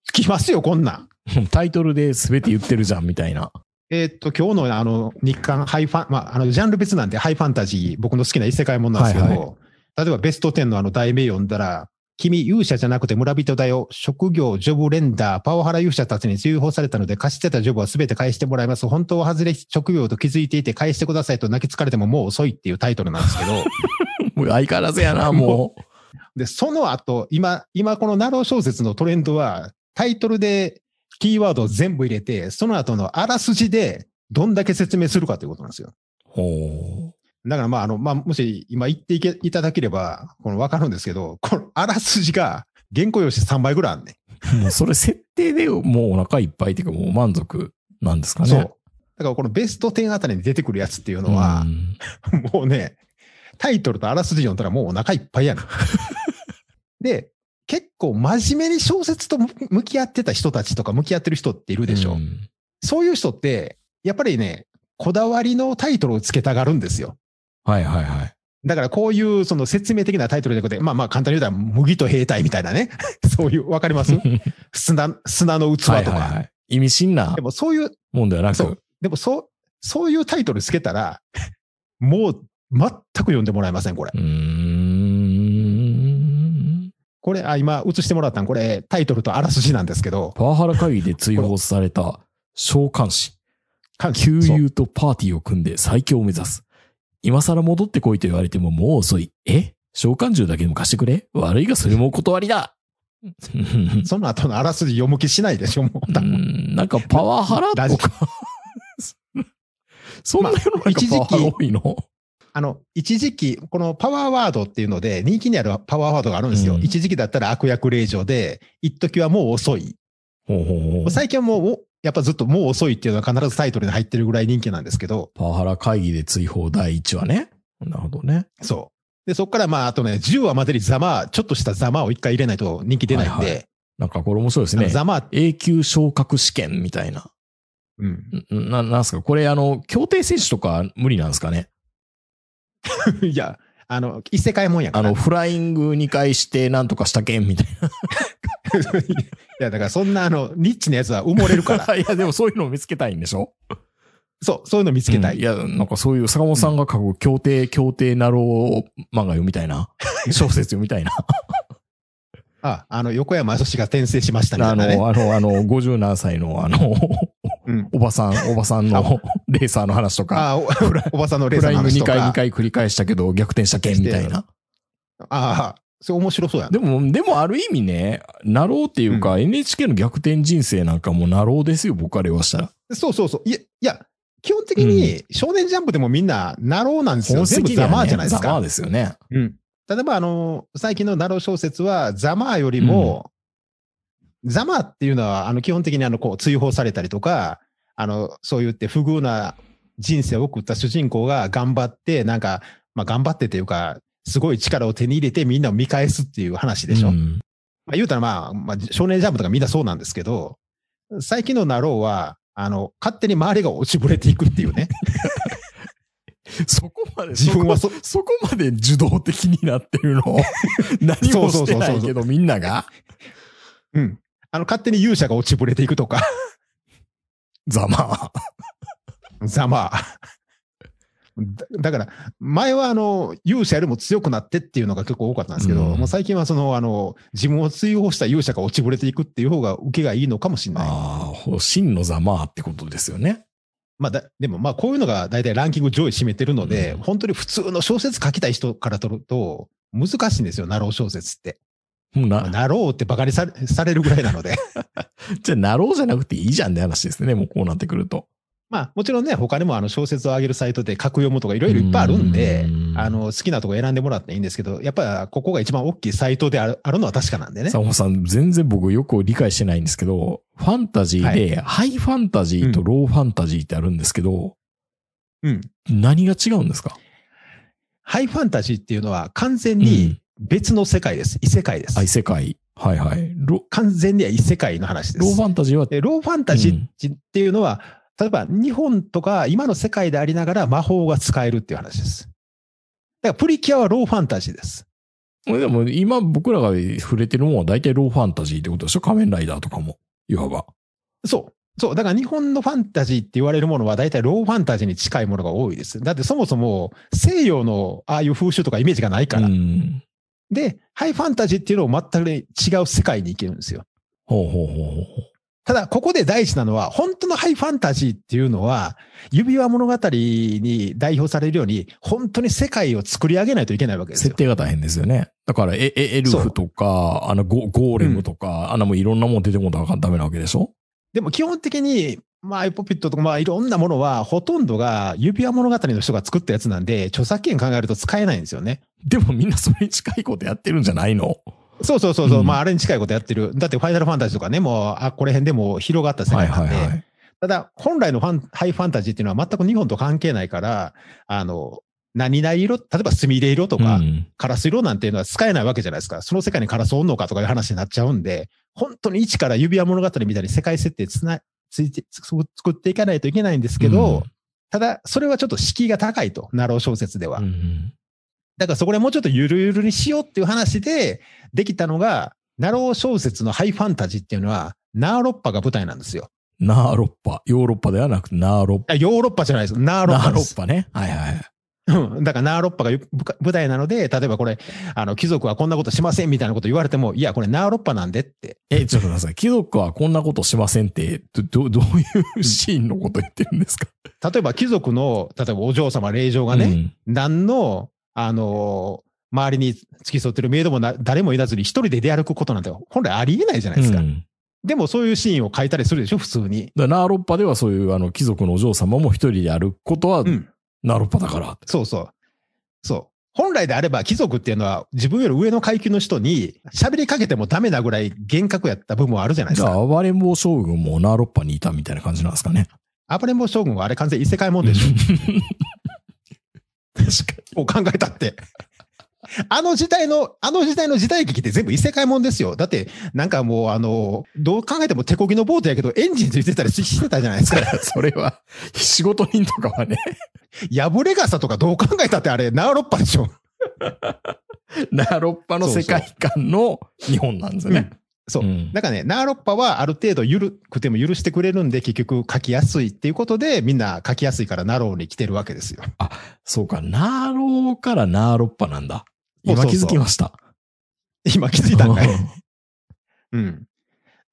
Speaker 4: つきますよ、こんなん。
Speaker 3: タイトルで全て言ってるじゃん、みたいな。
Speaker 4: えーっと、今日のあの、日刊ハイファン、まあ、あの、ジャンル別なんで、ハイファンタジー、僕の好きな異世界もんなんですけど、
Speaker 3: はいは
Speaker 4: 例えばベスト10のあの題名読んだら、君勇者じゃなくて村人だよ。職業、ジョブレンダー、パワハラ勇者たちに追放されたので、貸してたジョブは全て返してもらいます。本当は外れ職業と気づいていて返してくださいと泣きつかれてももう遅いっていうタイトルなんです
Speaker 3: [laughs]
Speaker 4: けど、
Speaker 3: もう相変わらずやな、もう。
Speaker 4: で、その後、今、今このナロー小説のトレンドは、タイトルでキーワードを全部入れて、その後のあらすじでどんだけ説明するかということなんですよ。
Speaker 3: ほ
Speaker 4: だからまあ、あの、まあ、もし今言っていけいただければ、このわかるんですけど、このあらすじが原稿用紙3倍ぐらいあんね
Speaker 3: うもうそれ設定でもうお腹いっぱいっていうかもう満足なんですか
Speaker 4: ん。
Speaker 3: ね。
Speaker 4: そう。だからこのベスト10あたりに出てくるやつっていうのは
Speaker 3: う、ん
Speaker 4: もうね、タイトルとあらすじ読んだらもうお腹いっぱいや
Speaker 3: [laughs]
Speaker 4: ねん。で、結構真面目に小説と向向き合ってた人たちとか向き合ってる人っているでしょ。
Speaker 3: ん
Speaker 4: そういう人って、やっぱりね、こだわりのタイトルをつけたがるんですよ。
Speaker 3: はいはいはい。
Speaker 4: だからこういうその説明的なタイトルで、まあまあ簡単に言うたら麦と兵隊みたいなね。 [laughs] そういう、わかります砂、砂の器とか。
Speaker 3: はいはいはい意味深な
Speaker 4: でもそういう、
Speaker 3: もんではな
Speaker 4: そ
Speaker 3: く
Speaker 4: う、でもそう、そういうタイトルつけたら、 [laughs] もう全く読んでもらえません、これ。
Speaker 3: うーん。
Speaker 4: これ、あ、今映してもらったん、これタイトルとあらすじなんですけど、
Speaker 3: パワハラ会議で追放された召喚師。
Speaker 4: 関
Speaker 3: 旧
Speaker 4: そう
Speaker 3: 友とパーティーを組んで最強を目指す。今更戻ってこいと言われてももう遅い。え召喚獣だけでも貸してくれ悪いがそれもお断りだ
Speaker 4: その後のあらすじ読む気しないでしょ、もう
Speaker 3: う。んなんかパワハラとか。 [laughs] そんな世の中パワハラ多いの、
Speaker 4: あの、一時期、このパワーワードっていうので、人気にあるパワーワードがあるんですよ。
Speaker 3: うん
Speaker 4: 一時期だったら悪役令嬢で、一時はもう遅い。
Speaker 3: ほうほうほう
Speaker 4: 最近はもう、おやっぱずっともう遅いっていうのは必ずタイトルに入ってるぐらい人気なんですけど、
Speaker 3: パワハラ会議で追放第1話ね。なるほどね。
Speaker 4: そう。で、そこからまあ、あとね、10話までにざまあ、ちょっとしたざまあを一回入れないと人気出ないん
Speaker 3: はいは
Speaker 4: で、
Speaker 3: なんかこれ面白いです
Speaker 4: あの
Speaker 3: ね。
Speaker 4: ざまあ、
Speaker 3: 永久昇格試験みたいな。
Speaker 4: うん。 [laughs]
Speaker 3: んな、なんすかこれあの、協定選手とか無理なんですかね
Speaker 4: いや、あの、異世界もんやか
Speaker 3: あ
Speaker 4: ら
Speaker 3: の、。フライング2回してなんとかしたけんみたい
Speaker 4: [laughs] いや、だからそんなあの、ニッチなやつは埋もれるから。
Speaker 3: [laughs] いや、でもそういうのを見つけたいんでしょ
Speaker 4: そう、そういうの見つけたい。
Speaker 3: うんいや、なんかそういう坂本さんが書く協定、協定なろう漫画読みたい [laughs] な。小説読みたいな。
Speaker 4: あ、あの、横山聡が転生しましたみた
Speaker 3: あ
Speaker 4: いなね。
Speaker 3: の、あの、あの、57歳のあの、
Speaker 4: うん
Speaker 3: おばさん、おばさんのレーサーの話とか、
Speaker 4: あおおばさんのレー
Speaker 3: フ
Speaker 4: ザー
Speaker 3: ラ
Speaker 4: の
Speaker 3: イング2
Speaker 4: 話と
Speaker 3: 回2
Speaker 4: か。
Speaker 3: 回繰り返したけど逆転したけんみたいな。
Speaker 4: ああ、それ面白そうやな。
Speaker 3: でも、でもある意味ね、なろうっていうか、NHK の逆転人生なんかもなろうですよ、僕から言わしたら。
Speaker 4: そうそうそう。いや、いや、基本的に少年ジャンプでもみんな、ナローなんですよ。
Speaker 3: 本質
Speaker 4: 全部
Speaker 3: 的には
Speaker 4: ザ
Speaker 3: ね
Speaker 4: マーじゃないです
Speaker 3: ざま
Speaker 4: か
Speaker 3: あ。ですよね。
Speaker 4: うん。例えば、あの、最近のナロー小説は、ザマーよりも、ザマーっていうのは、あの、基本的にあの、こう、追放されたりとか、あの、そう言って不遇な人生を送った主人公が頑張って、なんか、まあ、頑張ってというか、すごい力を手に入れてみんなを見返すっていう話でしょ。
Speaker 3: うん
Speaker 4: まあ、言うたらまあ、まあ、少年ジャンプとかみんなそうなんですけど、最近のナローは、あの、勝手に周りが落ちぶれていくってい
Speaker 3: [laughs]
Speaker 4: うね。
Speaker 3: そこまで、
Speaker 4: 自分はそ、
Speaker 3: そこまで受動的になってるの
Speaker 4: [laughs]
Speaker 3: 何もしてないけどみんなが
Speaker 4: うん。あの、勝手に勇者が落ちぶれていくとか、 [laughs]
Speaker 3: ざまあ。
Speaker 4: ざまあ。だだから、前はあの、勇者よりも強くなってっていうのが結構多かったんですけど、
Speaker 3: うん
Speaker 4: もう最近はその、あの、自分を追放した勇者が落ちぶれていくっていう方が受けがいいのかもしれない。
Speaker 3: ああ、真のざまあってことですよね。
Speaker 4: まあだ、でもまあ、こういうのが大体ランキング上位占めてるので、
Speaker 3: うん
Speaker 4: 本当に普通の小説書きたい人からとると、難しいんですよ、ナロー小説って。
Speaker 3: もうな
Speaker 4: まあなろうってバカにされされるぐらいな
Speaker 3: [laughs]
Speaker 4: ので。
Speaker 3: じゃあなろうじゃなくていいじゃんって話ですね。もうこうなってくると。
Speaker 4: まあ、もちろんね、他にもあの小説を上げるサイトで格読むとかいろいろいっぱいあるんで
Speaker 3: う、ん
Speaker 4: あの、好きなとこ選んでもらっていいんですけど、やっぱここが一番大きいサイトであるあるのは確かなんでね。
Speaker 3: 坂本さん、全然僕よく理解してないんですけど、ファンタジーで、ハイファンタジーとローファンタジーってあるんですけど、
Speaker 4: うん。
Speaker 3: 何が違うんですか
Speaker 4: ハイファンタジーっていうのは完全に別の世界です。異世界です
Speaker 3: あ。異世界。はいはい。ロ
Speaker 4: 完全には異世界の話です。
Speaker 3: ローファンタジーは、
Speaker 4: でローファンタジーっていうのは、例えば日本とか今の世界でありながら魔法が使えるっていう話です。だからプリキュアはローファンタジーです。
Speaker 3: でも今僕らが触れてるものは大体ローファンタジーってことでしょ仮面ライダーとかも。いわば。
Speaker 4: そう。そう。だから日本のファンタジーって言われるものは大体ローファンタジーに近いものが多いです。だってそもそも西洋のああいう風習とかイメージがないから。
Speaker 3: うん。
Speaker 4: で、ハイファンタジーっていうのを全く違う世界に行けるんですよ。
Speaker 3: ほうほうほうほうほう。
Speaker 4: ただ、ここで大事なのは、本当のハイファンタジーっていうのは、指輪物語に代表されるように、本当に世界を作り上げないといけないわけです
Speaker 3: 設
Speaker 4: よ。
Speaker 3: 定が大変ですよね。だから、え、え、エルフとか、あの、ゴゴーレムとか、あの、もういろんなもん出てこなかダメなわけでしょ
Speaker 4: でも基本的に、まあ、アイポピットとか、まあ、いろんなものは、ほとんどが指輪物語の人が作ったやつなんで、著作権考えると使えないんですよね。
Speaker 3: でもみんなそれに近いことやってるんじゃないの
Speaker 4: そうそうそうそう、
Speaker 3: うん
Speaker 4: まああれに近いことやってる。だってファイナルファンタジーとかね、もう、あ、これ辺でもう広がった世界なんで、
Speaker 3: い。
Speaker 4: ただ本来のファンハイファンタジーっていうのは全く日本と関係ないから、あの、何々色、例えばスミレ色と
Speaker 3: と
Speaker 4: か、
Speaker 3: うん
Speaker 4: カラス色なんていうのは使えないわけじゃないですか。その世界にカラスおんのかとかいう話になっちゃうんで、本当に一から指輪物語みたいに世界設定つな、ついて、つ作っていかないといけないんですけ
Speaker 3: う
Speaker 4: ど、
Speaker 3: ん
Speaker 4: ただ、それはちょっと敷居が高いと、ナロー小説では。
Speaker 3: うん
Speaker 4: だからそこでもうちょっとゆるゆるにしようっていう話でできたのが、ナロー小説のハイファンタジーっていうのは、ナーロッパが舞台なんですよ。
Speaker 3: ナーロッパ。ヨーロッパではなくナーロッ
Speaker 4: あヨーロッパじゃないです。ナ
Speaker 3: パ。
Speaker 4: ーロ
Speaker 3: ナ
Speaker 4: ッパ
Speaker 3: ー
Speaker 4: で
Speaker 3: ロッ
Speaker 4: す。
Speaker 3: パね。はいはい。
Speaker 4: うんだからナーロッパが舞台なので、例えばこれ、あの、貴族はこんなことしませんみたいなこと言われても、いや、これナーロッパなんでって。
Speaker 3: え、ちょっと待ってください。貴族はこんなことしませんって、ど、どどういうシーンのこと言ってるんですか
Speaker 4: 例えば貴族の、例えばお嬢様、霊嬢がね、何の、あのー周りに付き添ってるメイドもな誰もいらずに一人で出歩くことなんて本来ありえないじゃ
Speaker 3: う
Speaker 4: ない
Speaker 3: ん。
Speaker 4: で
Speaker 3: う
Speaker 4: すか。
Speaker 3: ん
Speaker 4: でもそういうシーンを書いたりするでしょ、普通に。
Speaker 3: だからナーロッパではそういう、あの、貴族のお嬢様も一人で歩くことは、
Speaker 4: うん。
Speaker 3: ナーロッパだから。
Speaker 4: そうそう。そう。本来であれば貴族っていうのは自分より上の階級の人に喋りかけてもダメなぐらい厳格やった部分はあるじゃないで
Speaker 3: じ
Speaker 4: す
Speaker 3: ゃ
Speaker 4: か。
Speaker 3: あ、暴れん坊将軍もナーロッパにいたみたいな感じなんですかね。
Speaker 4: 暴れん坊将軍はあれ完全に異世界もんでしょ。
Speaker 3: [laughs] 確か
Speaker 4: を考えたって。あの時代の、あの時代の時代劇って全部異世界もんですよ。だって、なんかもう、あの、どう考えても手こぎのボートやけど、エンジンついてたりししてたじゃないですか。
Speaker 3: に。それは、仕事人とかはね、
Speaker 4: 破れ傘とかどう考えたってあれ、ナーロッパでしょ。
Speaker 3: ナーロッパの世界観の日本なんですよね。
Speaker 4: そう。
Speaker 3: うん
Speaker 4: だからね、ナーロッパはある程度ゆるくても許してくれるんで、結局書きやすいっていうことで、みんな書きやすいからナローに来てるわけですよ。 [laughs]
Speaker 3: そうか、ナーローからナーロッパなんだ。
Speaker 4: そう
Speaker 3: 今
Speaker 4: そうそう
Speaker 3: 気づきました。。
Speaker 4: 今気づいたんかいうん。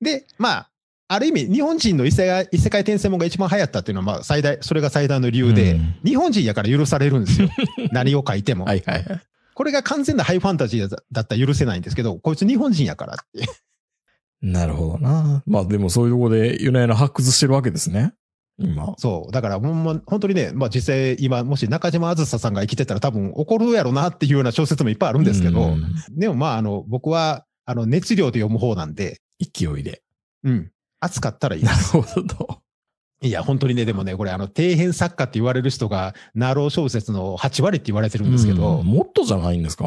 Speaker 4: で、まあ、ある意味、日本人の異世界異世界転生もんが一番流行ったっていうのは、まあ、最大、それが最大の理由で、
Speaker 3: うん
Speaker 4: 日本人やから許される
Speaker 3: [laughs]
Speaker 4: んですよ。何を書いても。
Speaker 3: はいはいはい。
Speaker 4: これが完全なハイファンタジーだだったら許せないんですけど、こいつ日本人やからって。 [laughs]
Speaker 3: なるほどな。まあでもそういうところでユナヤの発掘してるわけですね。今。
Speaker 4: そう。だから、ほんま、本当にね、まあ実際今、もし中島あずささんが生きてたら多分怒るやろなっていうような小説もいっぱいあるんですけど、
Speaker 3: うん
Speaker 4: でもまあ、あの、僕は、あの、熱量で読む方なんで、
Speaker 3: 勢いで。
Speaker 4: うん。熱かったらいいで
Speaker 3: な
Speaker 4: す。
Speaker 3: るほど。
Speaker 4: いや、本当にね、でもね、これ、あの、底辺作家って言われる人が、ナロー小説の8割って言われてるんですけ
Speaker 3: う
Speaker 4: ど、
Speaker 3: んもっとじゃないんですか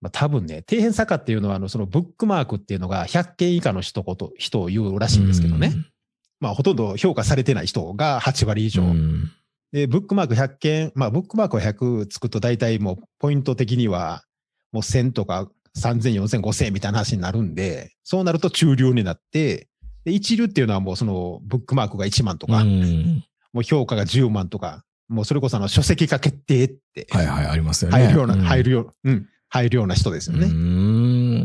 Speaker 4: まあ、多分ね、底辺作家っていうのは、あの、そのブックマークっていうのが100件以下の人こと、人を言うらしいんですけどね。まあ、ほとんど評価されてない人が8割以
Speaker 3: う
Speaker 4: 上。
Speaker 3: ん。うん
Speaker 4: で、ブックマーク100件、まあ、ブックマークを100つくと、大体もう、ポイント的には、もう1000とか3000、4000、5000みたいな話になるんで、そうなると中流になって、で、一流っていうのはもう、その、ブックマークが1万とか、
Speaker 3: うん
Speaker 4: もう評価が10万とか、もうそれこそあの書籍化決定って
Speaker 3: はいはい、ありますよね。
Speaker 4: 入るような、
Speaker 3: ん
Speaker 4: 入るよう、うん、入るような人ですよ
Speaker 3: う
Speaker 4: ね。
Speaker 3: ー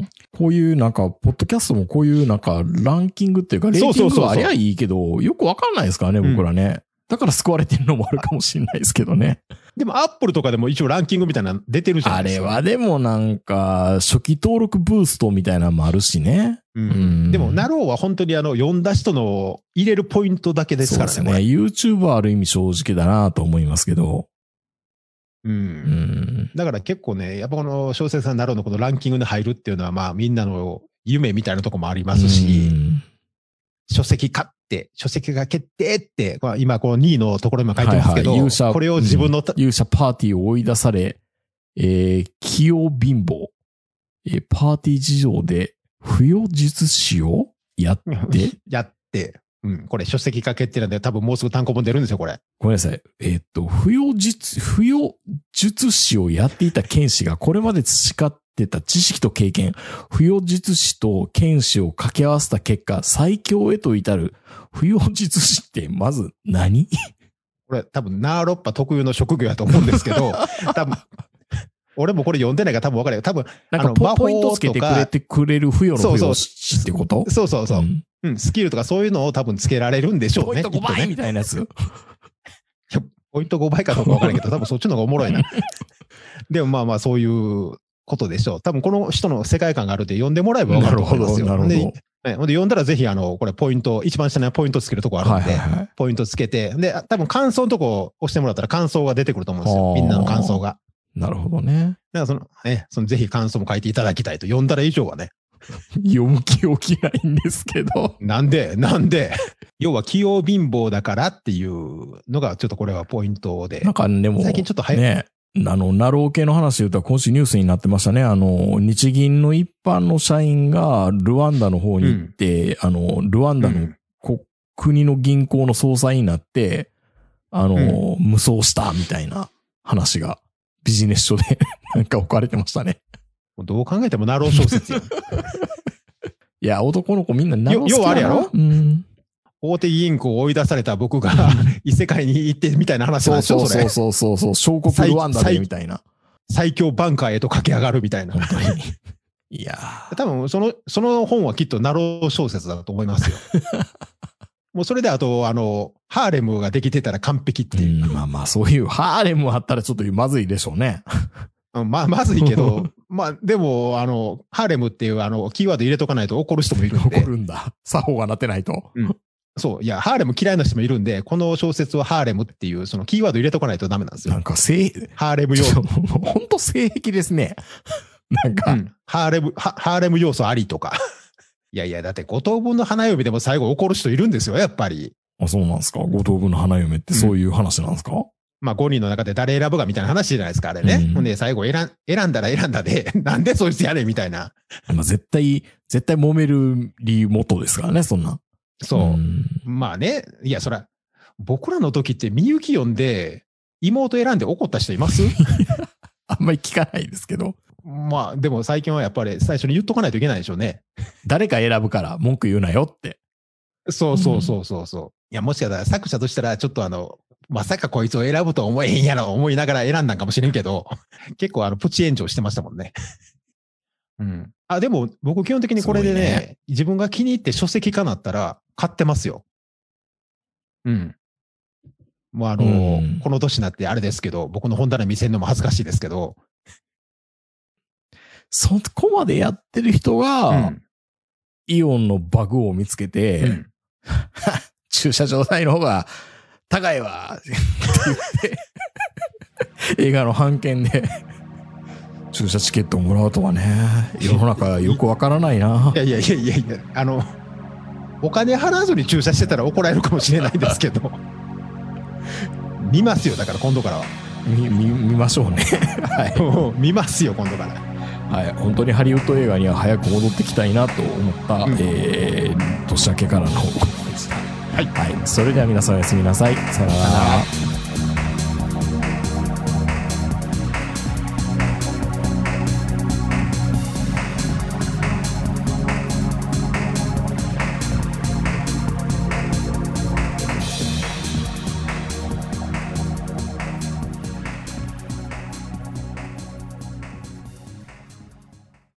Speaker 3: んこういうなんか、ポッドキャストもこういうなんか、ランキングっていうか、レー
Speaker 4: そう
Speaker 3: ティ
Speaker 4: そう
Speaker 3: ン
Speaker 4: そう
Speaker 3: グ
Speaker 4: そう
Speaker 3: がありゃいいけど、よくわかんないですからね、
Speaker 4: うん
Speaker 3: 僕らね。だから救われてるのもあるかもしれないですけどね。
Speaker 4: でもアップルとかでも一応ランキングみたいなの出てるじゃな
Speaker 3: [laughs] あ
Speaker 4: いです
Speaker 3: れ
Speaker 4: か。
Speaker 3: はでもなんか、初期登録ブーストみたいなのもあるしね。
Speaker 4: う
Speaker 3: うんん。
Speaker 4: でも、ナローは本当にあの、読んだ人の入れるポイントだけですからね。
Speaker 3: そうですね。YouTube はある意味正直だなと思いますけど。
Speaker 4: これう。
Speaker 3: うんん。
Speaker 4: だから結構ね、やっぱこの小説家ナローのこのランキングに入るっていうのは、まあみんなの夢みたいなとこもあります
Speaker 3: う
Speaker 4: し、
Speaker 3: ん
Speaker 4: 書籍化って、書籍が決定って、まあ今この2位のところにも書いてますけど、
Speaker 3: はいはい勇者
Speaker 4: これを自分のた、
Speaker 3: 勇者パーティーを追い出され、えー、器用貧乏、えーパーティー事情で不要術師をやって、
Speaker 4: [laughs] やって、うん、これ書籍化決定なんで、多分もうすぐ単行本出るんですよ、これ。
Speaker 3: ごめんなさい、えーっと、不要術、不要術師をやっていた剣士がこれまで培ってた知識と経験、不要術師と剣士を掛け合わせた結果、最強へと至る、不要術師ってまず何
Speaker 4: [laughs] これ多分ナーロッパ特有の職業やと思うんです
Speaker 3: [laughs]
Speaker 4: けど、多分俺もこれ読んでないから多分分かるよ。多分、
Speaker 3: なん
Speaker 4: あ
Speaker 3: か
Speaker 4: の
Speaker 3: ポ
Speaker 4: 魔法
Speaker 3: ポイントつけてくれてくれる不要の
Speaker 4: そう
Speaker 3: 不
Speaker 4: そ
Speaker 3: 要
Speaker 4: う
Speaker 3: 師ってこと
Speaker 4: そうそうそう、
Speaker 3: ん
Speaker 4: うん。スキルとかそういうのを多分つけられるんでしょう
Speaker 3: ポイ
Speaker 4: ね。
Speaker 3: ント5
Speaker 4: きっと
Speaker 3: 倍
Speaker 4: ね
Speaker 3: みたいなやつ。
Speaker 4: ポイント5倍かどうか分からん
Speaker 3: [laughs]
Speaker 4: けど、多分そっちの方がおもろいな。でもまあまあそういうことでしょう。多分この人の世界観があるって読んでもらえば分かると思いますよ。
Speaker 3: なるほどなるほ
Speaker 4: でねほんで読んだらぜひあの、これポイント、一番下にポイントつけるとこあるん
Speaker 3: は
Speaker 4: で、
Speaker 3: いはいはい。
Speaker 4: ポイントつけて、で、多分感想のとこ押してもらったら感想が出てくると思うんです
Speaker 3: あ
Speaker 4: よ。
Speaker 3: ー
Speaker 4: みんなの感想が。
Speaker 3: なるほどね。
Speaker 4: だからその、ね、そのぜひ感想も書いていただきたいと。読んだら以上はね。
Speaker 3: 読む気起きないんですけど。
Speaker 4: なんで、なんで、 [laughs] 要は器用貧乏だからっていうのが、ちょっとこれはポイントで
Speaker 3: な。んかでも、
Speaker 4: 最近ちょっと早い。
Speaker 3: ね、あの、ナロー系の話で言うと今週ニュースになってましたね。あの、日銀の一般の社員がルワンダの方に行って、あの、ルワン
Speaker 4: う
Speaker 3: ダの
Speaker 4: ん
Speaker 3: こ国の銀行の総裁になって、あの、無双したみたいな話がビジネス書で [laughs] なんか置かれてましたね。
Speaker 4: どう考えてもナロー小説よ。
Speaker 3: いや、男の子みんなナロー好きだな
Speaker 4: よ要はあれやろ
Speaker 3: うん。
Speaker 4: 大手銀行を追い出された僕が異世界に行ってみたいな話なん
Speaker 3: そう
Speaker 4: ですよ、
Speaker 3: そう
Speaker 4: そ
Speaker 3: そうそう
Speaker 4: れ。
Speaker 3: そうそう、小国ルワンダでみたいな。
Speaker 4: 最強バンカーへと駆け上がるみたいな。
Speaker 3: 本当に。いやー
Speaker 4: 多分その、その本はきっとナロー小説だと思
Speaker 3: [laughs]
Speaker 4: いますよ。もうそれであと、あの、ハーレムができてたら完璧っていう。
Speaker 3: うんまあまあ、そういうハーレムあったらちょっとまずいでしょうね。
Speaker 4: うんまあ、まずい
Speaker 3: [laughs]
Speaker 4: けど、まあ、でも、あの、ハーレムっていう、あの、キーワード入れとかないと怒る人もいるん
Speaker 3: 怒
Speaker 4: で、
Speaker 3: るんだ。作法がなってないと。
Speaker 4: そう、いや、ハーレム嫌いな人もいるんで、この小説はハーレムっていう、そのキーワード入れとかないとダメなんです
Speaker 3: な
Speaker 4: よ。
Speaker 3: んか性、ち
Speaker 4: ハーレム要
Speaker 3: ょ
Speaker 4: 素
Speaker 3: っ。ともうほんと性癖ですね。なん
Speaker 4: う
Speaker 3: か、
Speaker 4: ん、ハーレム、ハハーレム要素ありとか。 [laughs] いやいや、だって五等分の花嫁でも最後怒る人いるんですよ、やっぱり。
Speaker 3: あそうなんですか。五等分の花嫁ってそういう話なんですか、
Speaker 4: まあ5人の中で誰選ぶかみたいな話じゃないですか、あれね。
Speaker 3: うん
Speaker 4: ほんで最後選ん選んだら選んだで、 [laughs] なんでそいつやれみたいな。
Speaker 3: まあ絶対、絶対揉める理由元ですからね、そんな。
Speaker 4: そう。
Speaker 3: ん
Speaker 4: まあね、いや、そら、僕らの時ってみゆき読んで、妹選んで怒った人います [laughs]
Speaker 3: あんまり聞かないですけど。
Speaker 4: まあ、でも最近はやっぱり最初に言っとかないといけないでしょうね。
Speaker 3: 誰か選ぶから文句言うなよって。
Speaker 4: そうそうそうそうそう。いや、もしかしたら作者としたら、ちょっとあの、まさかこいつを選ぶとは思えへんやろ、思いながら選んだんかもしれんけど、 [laughs] 結構あの、プチ炎上してましたもんね。 [laughs] うん。あ、でも僕基本的にこれです
Speaker 3: ごい
Speaker 4: ね、自分が気に入って書籍化なったら買ってますよ。うん。もうあの、
Speaker 3: うん
Speaker 4: この年になってあれですけど、僕の本棚見せるのも恥ずかしいですけど、
Speaker 3: そこまでやってる人が、
Speaker 4: うん
Speaker 3: イオンのバグを見つけて、
Speaker 4: うん。
Speaker 3: 駐車場代の方が高いわって言って、映画の版権で駐車チケットもらうとかね、世の中よくわからないない
Speaker 4: やいやいやいやいや、あの、お金払わずに駐車してたら怒られるかもしれないですけど、見ますよ、だから今度から
Speaker 3: 見、見、見ましょうね。はい。
Speaker 4: は。見ますよ、今度から。
Speaker 3: はい。本当にハリウッド映画には早く戻ってきたいなと思った、
Speaker 4: うん
Speaker 3: えー、年明けからの報告でした。
Speaker 4: はい
Speaker 3: はい。それでは皆さんおやすみなさい。さよなら。